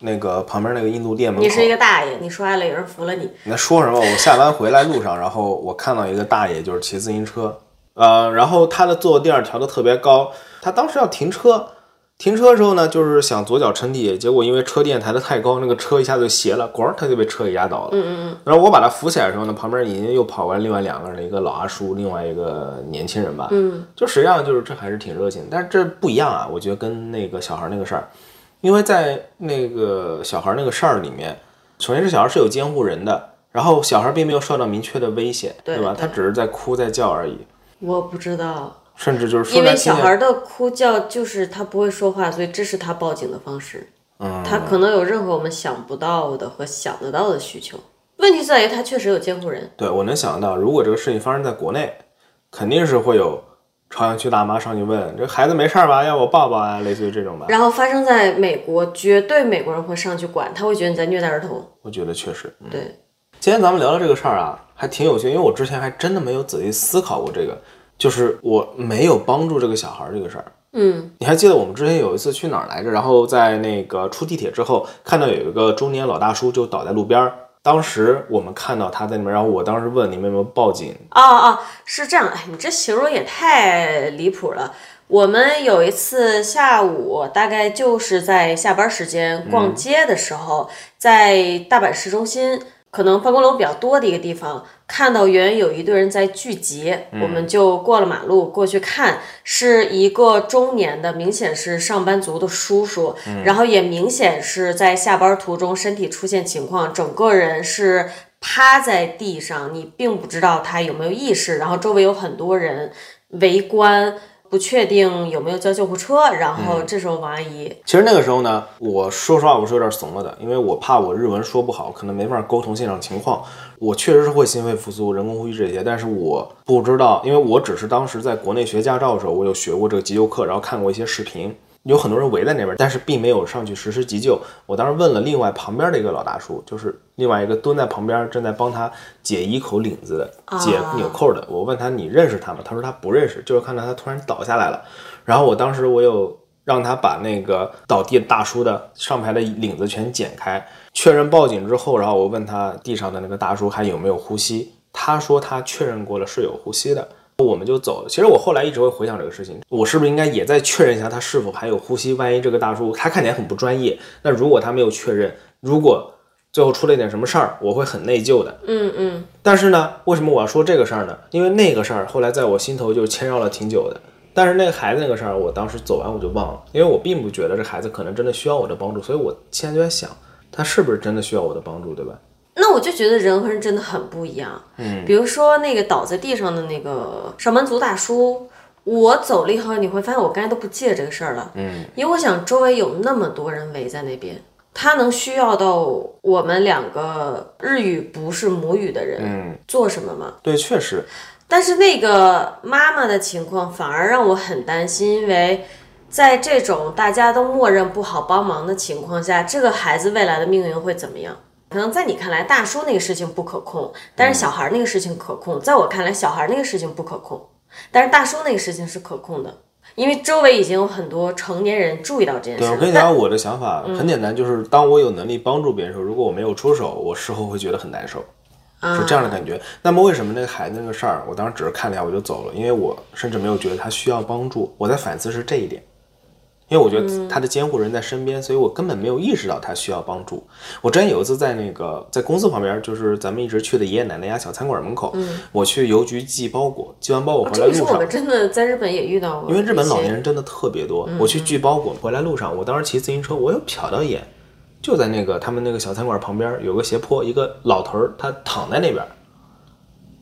那个旁边那个印度店门口，
你是一个大爷，你摔了，有人扶了你，
你在说什么？我下班回来路上，然后我看到一个大爷，就是骑自行车，呃，然后他的坐垫儿调的特别高，他当时要停车，停车的时候呢，就是想左脚撑地，结果因为车垫抬得太高，那个车一下就斜了，咣儿他就被车给压倒了。嗯嗯然后我把他扶起来的时候呢，旁边已经又跑过来另外两个人，一个老阿叔，另外一个年轻人吧。嗯，就实际上就是这还是挺热情，但是这不一样啊，我觉得跟那个小孩儿那个事儿，因为在那个小孩儿那个事儿里面。首先是小孩是有监护人的，然后小孩并没有受到明确的威胁，
对
吧？
对
他只是在哭在叫而已，
我不知道，
甚至就是说
因为
难听
小
点
孩的哭叫就是他不会说话，所以这是他报警的方式。嗯，他可能有任何我们想不到的和想得到的需求。问题在于他确实有监护人，
对我能想到，如果这个事情发生在国内，肯定是会有朝阳区大妈上去问这孩子没事儿吧，要我抱抱啊，类似于这种吧。
然后发生在美国，绝对美国人会上去管，他会觉得你在虐待儿童。
我觉得确实，嗯
对，
今天咱们聊聊这个事儿啊，还挺有趣，因为我之前还真的没有仔细思考过这个，就是我没有帮助这个小孩儿这个事儿。
嗯，
你还记得我们之前有一次去哪儿来着？然后在那个出地铁之后，看到有一个中年老大叔就倒在路边儿。当时我们看到他在那边，然后我当时问你们有没有报警，
哦哦，是这样，哎，你这形容也太离谱了。我们有一次下午，大概就是在下班时间逛街的时候，在大阪市中心，可能办公楼比较多的一个地方，看到远远有一队人在聚集，我们就过了马路过去看，是一个中年的，明显是上班族的叔叔，然后也明显是在下班途中身体出现情况，整个人是趴在地上，你并不知道他有没有意识，然后周围有很多人围观，不确定有没有叫救护车，然后这时候王阿姨，
其实那个时候呢，我说实话，我是有点怂了的，因为我怕我日文说不好，可能没办法沟通现场情况。我确实是会心肺复苏、人工呼吸这些，但是我不知道，因为我只是当时在国内学驾照的时候，我有学过这个急救课，然后看过一些视频，有很多人围在那边，但是并没有上去实施急救。我当时问了另外旁边的一个老大叔，就是另外一个蹲在旁边正在帮他解衣口领子的、解纽扣的，我问他你认识他吗？他说他不认识，就是看到他突然倒下来了。然后我当时我有让他把那个倒地大叔的上排的领子全剪开，确认报警之后，然后我问他地上的那个大叔还有没有呼吸，他说他确认过了是有呼吸的，我们就走了。其实我后来一直会回想这个事情，我是不是应该也再确认一下他是否还有呼吸？万一这个大叔他看起来很不专业，那如果他没有确认，如果最后出了一点什么事儿，我会很内疚的。
嗯嗯，
但是呢，为什么我要说这个事儿呢？因为那个事儿后来在我心头就牵绕了挺久的。但是那个孩子那个事儿，我当时走完我就忘了，因为我并不觉得这孩子可能真的需要我的帮助，所以我现在就在想，他是不是真的需要我的帮助，对吧？
那我就觉得人和人真的很不一样。嗯，比如说那个倒在地上的那个上班族大叔，我走了以后，你会发现我刚才都不记得这个事儿了。嗯，因为我想周围有那么多人围在那边，他能需要到我们两个日语不是母语的人、做什么吗？
对，确实，
但是那个妈妈的情况反而让我很担心，因为在这种大家都默认不好帮忙的情况下，这个孩子未来的命运会怎么样？可能在你看来，大叔那个事情不可控，但是小孩那个事情可控；在我看来，小孩那个事情不可控，但是大叔那个事情是可控的。因为周围已经有很多成年人注意到这件事嗯
对，
了。
我跟你讲我的想法很简单，就是当我有能力帮助别人的时候，如果我没有出手，我事后会觉得很难受，
啊
是这样的感觉。那么为什么那个孩子那个事儿，我当时只是看了一下我就走了，因为我甚至没有觉得他需要帮助，我在反思是这一点。因为我觉
嗯
得他的监护人在身边，所以我根本没有意识到他需要帮助。我之前有一次在那个在公司旁边，就是咱们一直去的爷爷奶奶家小餐馆门口，我去邮局寄包裹，寄完包裹
但嗯哦
回
这
来
个
路
是
上，
我们真的在日本也遇到过一些，嗯
因为日本老年人真的特别多。我去寄包裹回来路上，我当时骑自行车，我又瞟到一眼，就在那个他们那个小餐馆旁边有个斜坡，一个老头儿他躺在那边儿，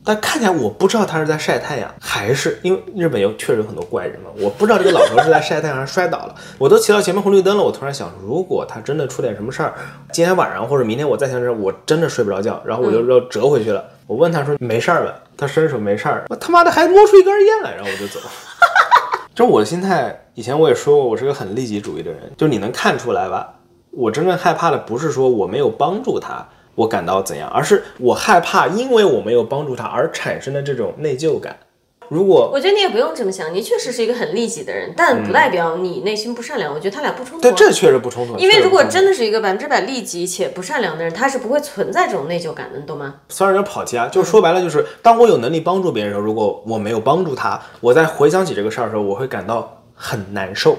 但看起来我不知道他是在晒太阳，还是因为日本有确实有很多怪人嘛，我不知道这个老头儿是在晒太阳还是摔倒了。我都骑到前面红绿灯了，我突然想，如果他真的出点什么事儿，今天晚上或者明天我再想这事儿，我真的睡不着觉，然后我就
嗯
要折回去了。我问他说没事儿吧？他伸手没事儿，我他妈的还摸出一根烟来，然后我就走。就是我的心态，以前我也说过，我是个很利己主义的人，就是你能看出来吧？我真正害怕的不是说我没有帮助他，我感到怎样，而是我害怕因为我没有帮助他而产生的这种内疚感。如果
我觉得你也不用这么想，你确实是一个很利己的人，但不代表你内心不善良。我觉得他俩不冲突、
嗯对
啊。
这确实不冲突，
因为如果真
的
的是一个百分之百利己且不善良的人，他是不会存在这种内疚感的，你懂吗？
虽然有点跑题啊，就是说白了，就是当我有能力帮助别人的时候，如果我没有帮助他，我在回想起这个事儿的时候，我会感到很难受。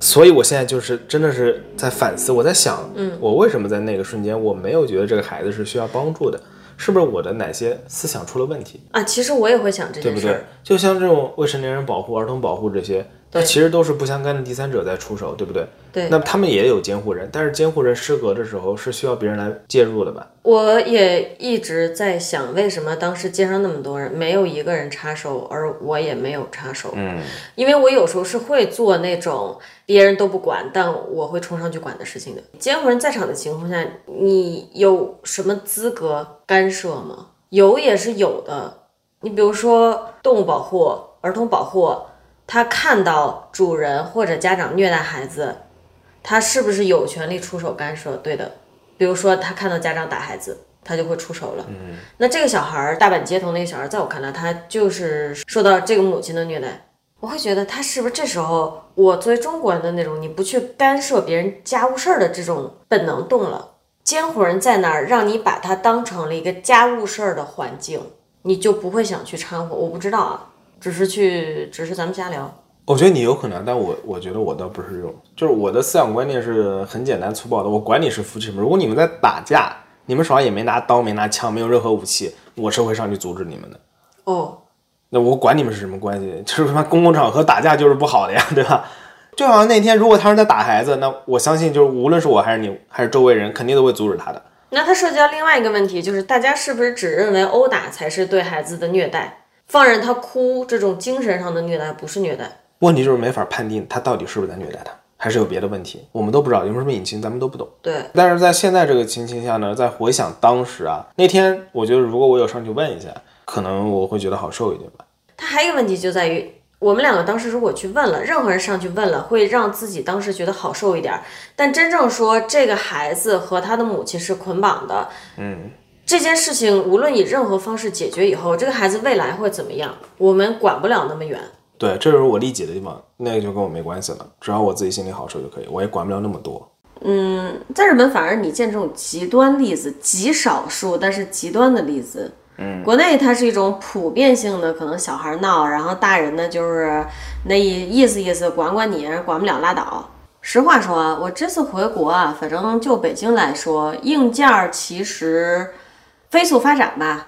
所以我现在就是真的是在反思，我在想，嗯，我为什么在那个瞬间我没有觉得这个孩子是需要帮助的？是不是我的哪些思想出了问题，
啊，其实我也会想这
对
件
不
事
对
儿。？
就像这种未成年人保护、儿童保护这些，那其实都是不相干的第三者在出手，对不对？
对
那他们也有监护人，但是监护人失格的时候是需要别人来介入的吧？
我也一直在想，为什么当时街上那么多人，没有一个人插手，而我也没有插手。嗯，因为我有时候是会做那种别人都不管，但我会冲上去管的事情的。监护人在场的情况下，你有什么资格干涉吗？有也是有的。你比如说动物保护、儿童保护，他看到主人或者家长虐待孩子，他是不是有权利出手干涉？对的，比如说他看到家长打孩子，他就会出手了。嗯，那这个小孩儿，大阪街头那个小孩儿，在我看来，他就是受到这个母亲的虐待。我会觉得他是不是这时候，我作为中国人的那种你不去干涉别人家务事儿的这种本能动了。监护人在那儿，让你把他当成了一个家务事儿的环境，你就不会想去掺和。我不知道啊，只是去，只是咱们瞎聊。
我觉得你有可能，但我我觉得我倒不是这种，就是我的思想观念是很简单粗暴的。我管你是夫妻什么，如果你们在打架，你们手上也没拿刀、没拿枪、没有任何武器，我是会上去阻止你们的。
哦，
那我管你们是什么关系， 就是他妈公共场合打架就是不好的呀，对吧？就好像那天如果他是在打孩子，那我相信就是无论是我还是你还是周围人，肯定都会阻止他的。
那它涉及到另外一个问题，就是大家是不是只认为殴打才是对孩子的虐待，放任他哭这种精神上的虐待不是虐待？
问题就是没法判定他到底是不是在虐待他，还是有别的问题，我们都不知道有没有什么隐情，咱们都不懂。
对，
但是在现在这个情形下呢，在回想当时啊，那天我觉得如果我有上去问一下，可能我会觉得好受一点吧。
它还有一个问题就在于，我们两个当时如果去问了，任何人上去问了，会让自己当时觉得好受一点儿，但真正说这个孩子和他的母亲是捆绑的，嗯。这件事情无论以任何方式解决以后，这个孩子未来会怎么样，我们管不了那么远。
对，这就是我理解的地方，那个就跟我没关系了，只要我自己心里好受就可以，我也管不了那么多。
在日本，反而你见这种极端例子极少数，但是极端的例子。嗯，国内它是一种普遍性的，可能小孩闹，然后大人呢就是那意意思意思，管管你，管不了拉倒。实话说啊，我这次回国啊，反正就北京来说，硬件儿其实飞速发展吧。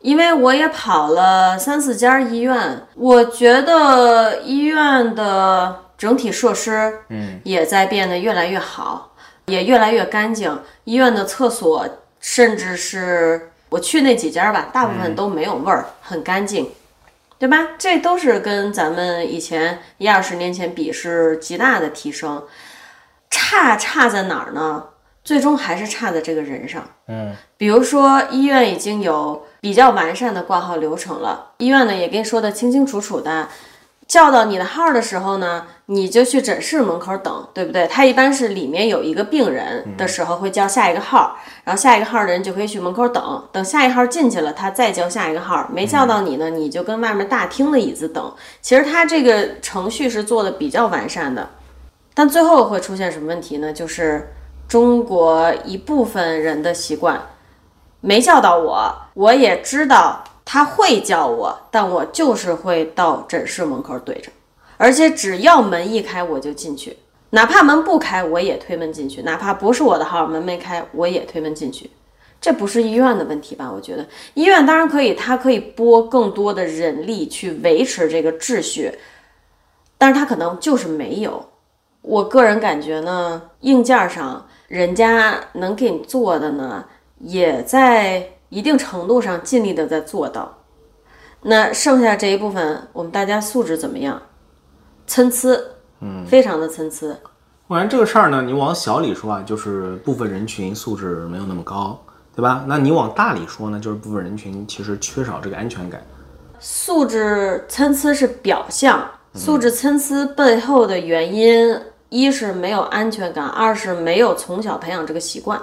因为我也跑了三四家医院，我觉得医院的整体设施，嗯，也在变得越来越好，也越来越干净。医院的厕所，甚至是我去那几家吧，大部分都没有味儿，很干净，对吧？这都是跟咱们以前一二十年前比是极大的提升。差差在哪儿呢？最终还是差在这个人上。比如说医院已经有比较完善的挂号流程了，医院呢也跟你说的清清楚楚的，
叫到你的号的时候呢，你就去诊室门口等，对不对？他一般是里面有一个病人的时候会叫下一个号，然后下一个号的人就可以去门口等，等下一号进去了，他再叫下一个号。没叫到你呢，你就跟外面大厅的椅子等。其实他这个程序是做的比较完善的，但最后会出现什么问题呢？就是中国一部分人的习惯，没叫到我，我也知道他会叫我，但我就是会到诊室门口怼着，而且只要门一开我就进去，哪怕门不开我也推门进去，哪怕不是我的号门没开我也推门进去。这不是医院的问题吧？我觉得医院当然可以，它可以拨更多的人力去维持这个秩序，但是它可能就是没有。我个人感觉呢，硬件上人家能给你做的呢，也在一定程度上尽力的在做到。那剩下这一部分，我们大家素质怎么样？参差，嗯，非常的参差。
我感觉这个事儿呢，你往小里说啊，就是部分人群素质没有那么高，对吧？那你往大里说呢，就是部分人群其实缺少这个安全感。
素质参差是表象，素质参差背后的原因，一是没有安全感，二是没有从小培养这个习惯。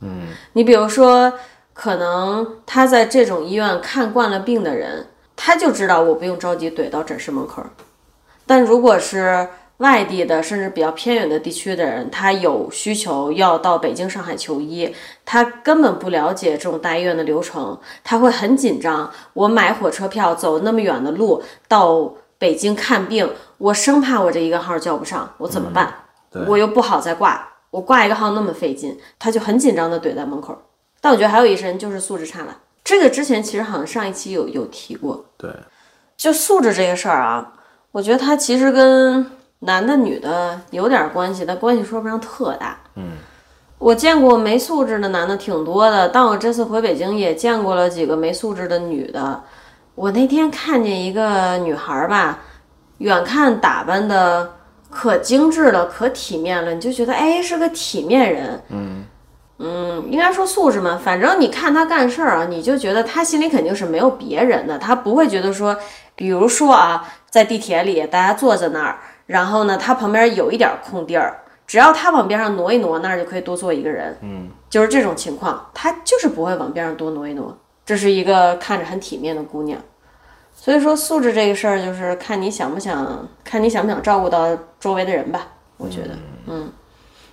嗯，你比如说，可能他在这种医院看惯了病的人，他就知道我不用着急怼到诊室门口儿。但如果是外地的，甚至比较偏远的地区的人，他有需求要到北京、上海求医，他根本不了解这种大医院的流程，他会很紧张。我买火车票走那么远的路到北京看病，我生怕我这一个号叫不上，我怎么办？我又不好再挂，我挂一个号那么费劲，他就很紧张的怼在门口。但我觉得还有一些人就是素质差了，这个之前其实好像上一期有有提过。
对，
就素质这个事儿啊，我觉得它其实跟男的女的有点关系，但关系说不上特大。嗯，我见过没素质的男的挺多的，但我这次回北京也见过了几个没素质的女的。我那天看见一个女孩儿吧，远看打扮的可精致了，可体面了，你就觉得哎是个体面人。嗯嗯，应该说素质嘛，反正你看她干事儿啊，你就觉得她心里肯定是没有别人的，她不会觉得说，比如说啊，在地铁里大家坐在那儿，然后呢，她旁边有一点空地儿，只要她往边上挪一挪，那儿就可以多坐一个人。嗯，就是这种情况，她就是不会往边上多挪一挪。这是一个看着很体面的姑娘。所以说素质这个事儿，就是看你想不想，看你想不想照顾到周围的人吧。我觉得，嗯，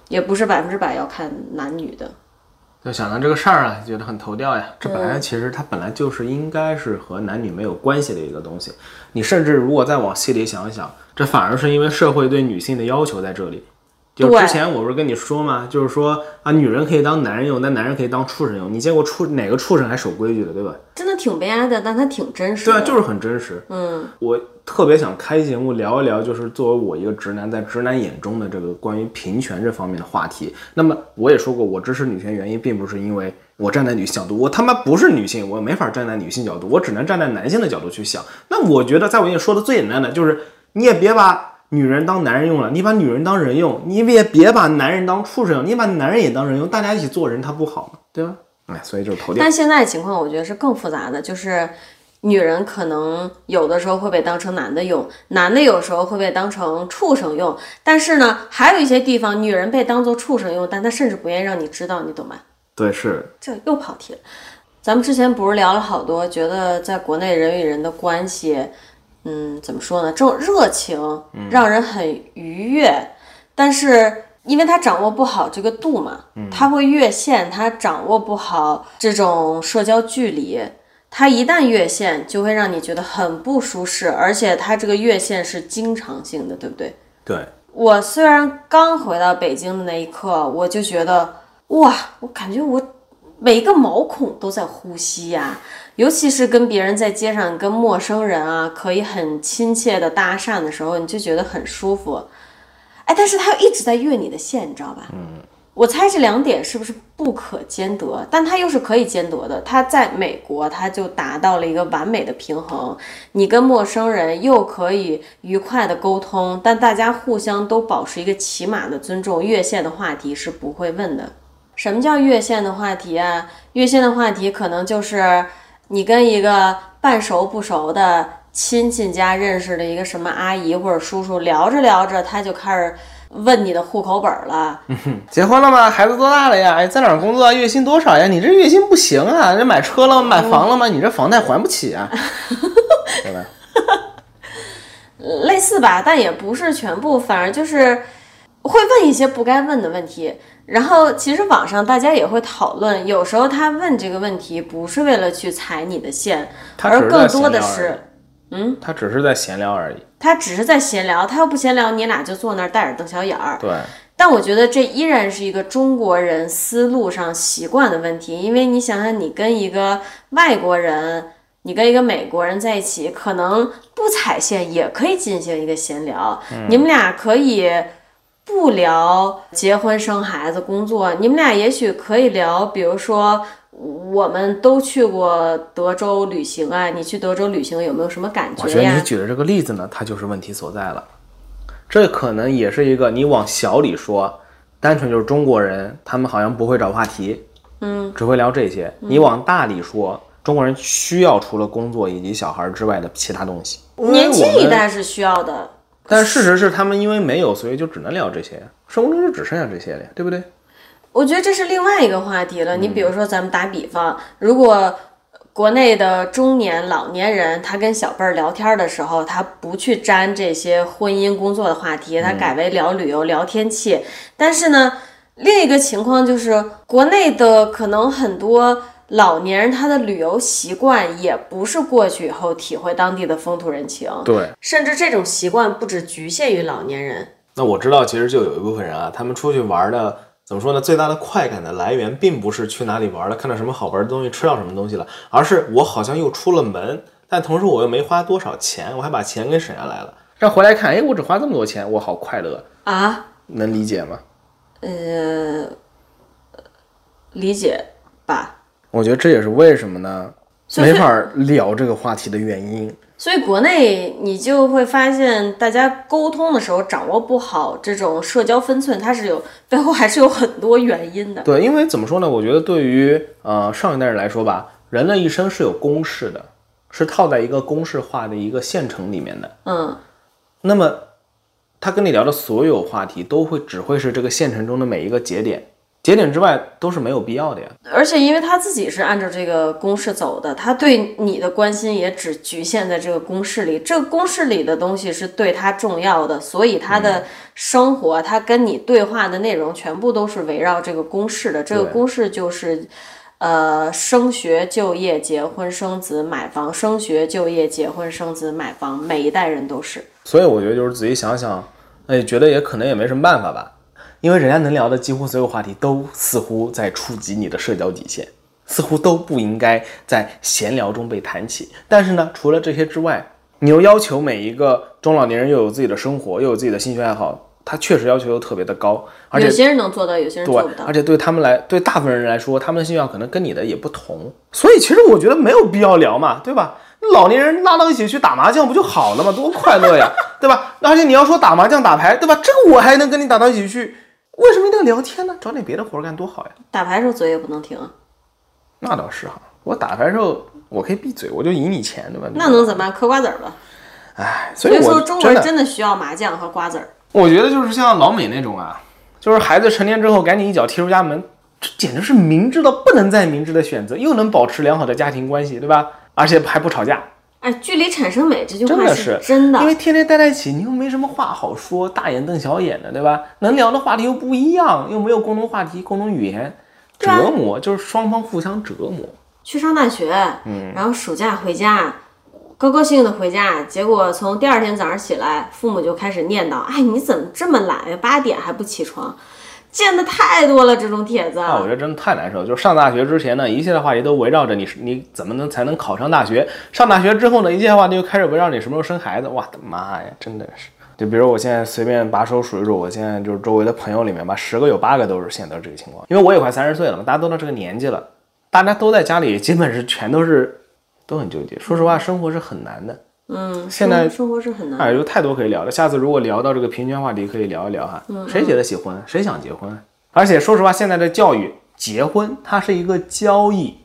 也不是百分之百要看男女的。
就想到这个事儿啊，觉得很头掉呀。这本来其实它本来就是应该是和男女没有关系的一个东西。你甚至如果再往细里想一想，这反而是因为社会对女性的要求在这里。就
对
之前我不是跟你说嘛，就是说啊，女人可以当男人用，但男人可以当畜生用。你见过畜哪个畜生还守规矩的，对吧？
真的挺悲哀的，但它挺真实
对
的。
啊，就是很真实。嗯，我特别想开节目聊一聊，就是作为我一个直男，在直男眼中的这个关于平权这方面的话题。那么我也说过，我支持女权原因并不是因为我站在女性角度，我他妈不是女性，我没法站在女性角度，我只能站在男性的角度去想。那我觉得，在我眼里说的最简单的就是，你也别把。女人当男人用了，你把女人当人用，你也别把男人当畜生用，你把男人也当人用，大家一起做人，他不好吗？对吧？哎，所以就是头掉。
但现在情况我觉得是更复杂的，就是女人可能有的时候会被当成男的用，男的有时候会被当成畜生用。但是呢，还有一些地方女人被当做畜生用，但她甚至不愿意让你知道，你懂吗？
对，是
这又跑题了。咱们之前不是聊了好多，觉得在国内人与人的关系，嗯，怎么说呢？这种热情让人很愉悦，但是因为他掌握不好这个度嘛，他会越线，他掌握不好这种社交距离。他一旦越线，就会让你觉得很不舒适，而且他这个越线是经常性的，对不对？
对。
我虽然刚回到北京的那一刻，我就觉得哇，我感觉我每一个毛孔都在呼吸呀、尤其是跟别人在街上跟陌生人啊，可以很亲切的搭讪的时候，你就觉得很舒服。哎，但是他又一直在越你的线，你知道吧？嗯。我猜这两点是不是不可兼得？但它又是可以兼得的。它在美国，它就达到了一个完美的平衡。你跟陌生人又可以愉快的沟通，但大家互相都保持一个起码的尊重，越线的话题是不会问的。什么叫越线的话题啊？越线的话题可能就是你跟一个半熟不熟的亲戚家认识的一个什么阿姨或者叔叔，聊着聊着他就开始问你的户口本了，
嗯结婚了吗？孩子多大了呀？哎，在哪儿工作啊？月薪多少呀？你这月薪不行啊！这买车了吗？买房了吗？你这房贷还不起啊？对吧？
类似吧，但也不是全部，反而就是会问一些不该问的问题。然后其实网上大家也会讨论，有时候他问这个问题不是为了去踩你的线，
他只
而
是在
更
闲
多的
聊而
是
已。他只是在闲聊而已。
他只是在闲聊，他要不闲聊，你俩就坐那儿带着瞪小眼儿。
对，
但我觉得这依然是一个中国人思路上习惯的问题，因为你想想，你跟一个外国人，你跟一个美国人在一起，可能不踩线也可以进行一个闲聊，
嗯
你们俩可以不聊结婚、生孩子、工作，你们俩也许可以聊，比如说。我们都去过德州旅行啊，你去德州旅行有没有什么感
我
觉
觉得
呀？
你举的这个例子呢，它就是问题所在了。这可能也是一个你往小里说，单纯就是中国人，他们好像不会找话题，嗯，只会聊这些。你往大里说，中国人需要除了工作以及小孩之外的其他东西。
年轻
因为
一
我们
代是需要的，
但事实是，他们因为没有，所以就只能聊这些，生活中就只剩下这些了，对不对？
我觉得这是另外一个话题了。你比
嗯
如说，咱们打比方，如果国内的中年、老年人，他跟小辈儿聊天的时候，他不去沾这些婚姻、工作的话题，
嗯
他改为聊旅游、聊天气。但是呢，另一个情况就是，国内的可能很多老年人他的旅游习惯也不是过去以后体会当地的风土人情。
对，
甚至这种习惯不只局限于老年人，
那我知道，其实就有一部分人啊，他们出去玩的怎么说呢？最大的快感的来源，并不是去哪里玩了，看到什么好玩的东西，吃到什么东西了，而是我好像又出了门，但同时我又没花多少钱，我还把钱给省下来了。
让回来看，哎，我只花这么多钱，我好快乐，
啊，
能理解吗？
理解吧？
我觉得这也是为什么呢，
以
没法聊这个话题的原因。
所以国内你就会发现，大家沟通的时候掌握不好这种社交分寸，它是有背后还是有很多原因的。
对，因为怎么说呢？我觉得对于呃上一代人来说吧，人的一生是有公式的，是套在一个公式化的一个线程里面的。
嗯，
那么他跟你聊的所有话题，都会只会是这个线程中的每一个节点，节点之外都是没有必要的呀。
而且因为他自己是按照这个公式走的，他对你的关心也只局限在这个公式里。这个公式里的东西是对他重要的，所以他
嗯
的生活，他跟你对话的内容全部都是围绕这个公式的。这个
对
公式就是。呃，升学、就业、结婚、生子、买房；升学、就业、结婚、生子、买房，每一代人都是。
所以我觉得就是仔细想想，哎，觉得也可能也没什么办法吧，因为人家能聊的几乎所有话题都似乎在触及你的社交底线，似乎都不应该在闲聊中被谈起。但是呢，除了这些之外，你又要求每一个中老年人又有自己的生活，又有自己的兴趣爱好，他确实要求又特别的高，而且
有些人能做到，有些人做不
对，
到
而。且对他们来，对大部分人来说，他们的兴趣爱好可能跟你的也不同，所以其实我觉得没有必要聊嘛，对吧？老年人拉到一起去打麻将不就好了嘛，多快乐呀， 对吧？而且你要说打麻将、打牌，对吧？这个我还能跟你打到一起去，为什么一定要聊天呢？找点别的活儿干多好呀！
打牌时候嘴也不能停
嗯
啊，
那倒是哈，我打牌的时候我可以闭嘴，我就赢你钱，对吧？
那能怎么办？嗑瓜子儿吧。
哎，所
所
以
以
我
说，中国人
的
真的需要麻将和瓜子儿。
我觉得就是像老美那种啊，就是孩子成年之后赶紧一脚踢出家门，这简直是明智到不能再明智的选择，又能保持良好的家庭关系，对吧？而且还不吵架，
哎，距离产生美这句
真
话
的
是
是
真的，
因为天天待在一起，你又没什么话好说，大眼瞪小眼的，对吧？能聊的话题又不一样，又没有共同话题、共同语言，折
啊
磨就是双方互相折磨。
去上大学，嗯，然后暑假回家，高高兴兴的回家，结果从第二天早上起来，父母就开始念叨：“哎，你怎么这么懒呀？八点还不起床？”见的太多了，这种帖子。
啊那我觉得真的太难受。就是上大学之前呢，一切的话题都围绕着你是你怎么能才能考上大学；上大学之后呢，一切的话题就开始围绕你什么时候生孩子。我的妈呀，真的是！就比如我现在随便把手数一数，我现在就是周围的朋友里面吧，十个有八个都是现在都是这个情况。因为我也快三十岁了嘛，大家都到这个年纪了，大家都在家里，基本是全都是都很纠结。说实话，生活是很难的。
嗯，
现在
生生活是很难。
哎，有太多可以聊了。下次如果聊到这个平权话题，可以聊一聊哈。谁觉得喜婚？谁想结婚？而且说实话，现在的教育，结婚它是一个交易，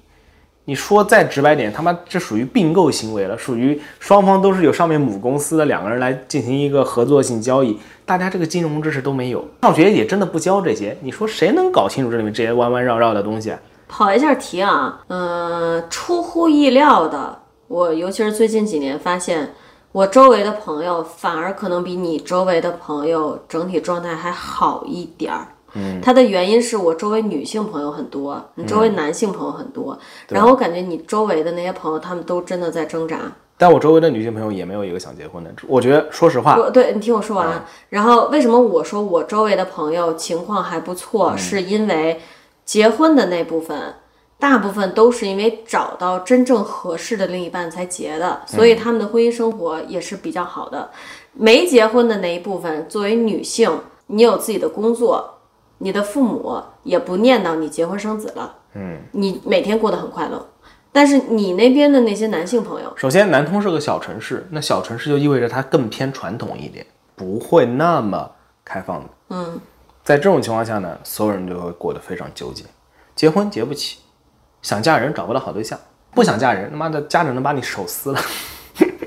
你说再直白点，他妈这属于并购行为了，属于双方都是有上面母公司的两个人来进行一个合作性交易，大家这个金融知识都没有，上学也真的不教这些，你说谁能搞清楚这里面这些弯弯绕绕的东西啊？
跑一下题啊，嗯、出乎意料的，我尤其是最近几年发现，我周围的朋友反而可能比你周围的朋友整体状态还好一点儿。嗯，它的原因是我周围女性朋友很多，你周围男性朋友很多，然后我感觉你周围的那些朋友，他们都真的在挣扎。
但我周围的女性朋友也没有一个想结婚的，我觉得说实话，
我对你听我说完、然后为什么我说我周围的朋友情况还不错，是因为结婚的那部分。大部分都是因为找到真正合适的另一半才结的，嗯所以他们的婚姻生活也是比较好的。没结婚的那一部分，作为女性，你有自己的工作，你的父母也不念叨你结婚生子了，嗯，你每天过得很快乐。但是你那边的那些男性朋友，
首先，南通是个小城市，那小城市就意味着它更偏传统一点，不会那么开放的。嗯，在这种情况下呢，所有人就会过得非常纠结，结婚结不起，想嫁人找不到好对象，不想嫁人，他妈的家长能把你手撕了。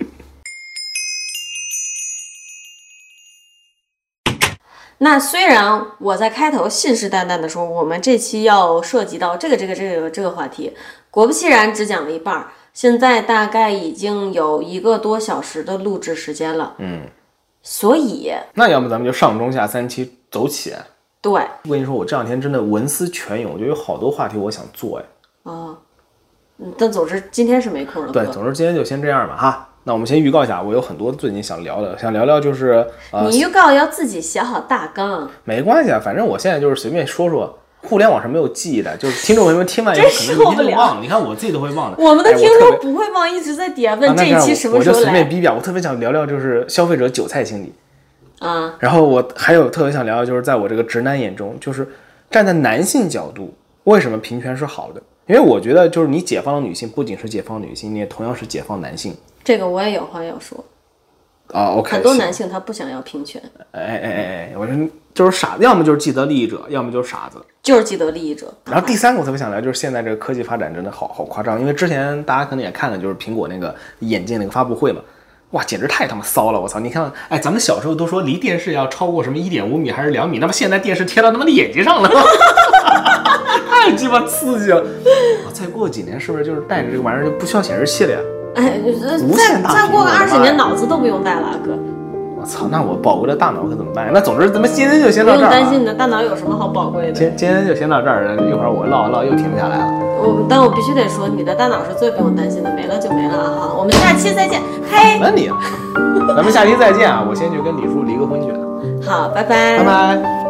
那虽然我在开头信誓旦旦的说我们这期要涉及到这个这个这个这个话题，果不其然只讲了一半儿。现在大概已经有一个多小时的录制时间了，嗯，所以
那要么咱们就上中下三期走起。
对，
我跟你说，我这两天真的文思泉涌，我觉得有好多话题我想做哎。
啊嗯但总之今天是没空了。
对，
哥
总之今天就先这样吧哈。那我们先预告一下，我有很多最近想聊的，想聊聊就是呃，
你预告要自己写好大纲，
没关系啊，反正我现在就是随便说说。互联网是没有记忆的，就是听众朋友们听完以后
真
可能一
受不
天就
了
忘了。你看我自己都会忘的。
我们的
哎
听
特
众
别
不会忘，一直在底下
啊
问这
那
一
样
期什么时
我
候
就随便
来
逼逼啊！我特别想聊聊就是消费者韭菜心理，
啊？
然后我还有特别想聊聊就是在我这个直男眼中，就是站在男性角度，为什么平权是好的？因为我觉得就是你解放了女性，不仅是解放女性，你也同样是解放男性
这个我也有话要说，
啊。OK，
很多
行
男性他不想要平权，
哎哎哎哎，我说就是傻，要么就是既得利益者，要么就是傻子。
就是既得利益者。
然后第三个我特别想聊，就是现在这个科技发展真的好好夸张，因为之前大家可能也看了，就是苹果那个眼镜那个发布会嘛，哇，简直太他妈骚了！我操，你看，哎，咱们小时候都说离电视要超过什么一点五米还是两米，那么现在电视贴到他妈的眼睛上了， 太鸡巴刺激了！哇再过几年是不是就是带着这个玩意儿就不需要显示器了呀？
哎，呃
无
再
限大
再
屏
过
幕
个
我的
二十
妈
年，
呀
脑子都不用带了，哥，
我操，那我宝贵的大脑可怎么办呀？那总之咱们今天就先
不
到
用
这儿
担
啊。
心你的大脑有什么好宝贵的。
今今天就先到这儿，一会儿我唠唠又停不下来了。
我，但我必须得说，你的大脑是最不用担心的，没了就没了啊！哈，我们下期再见，嘿，
那你，咱们下期再见啊！我先去跟李叔离个婚去，
好，拜拜
啊拜拜。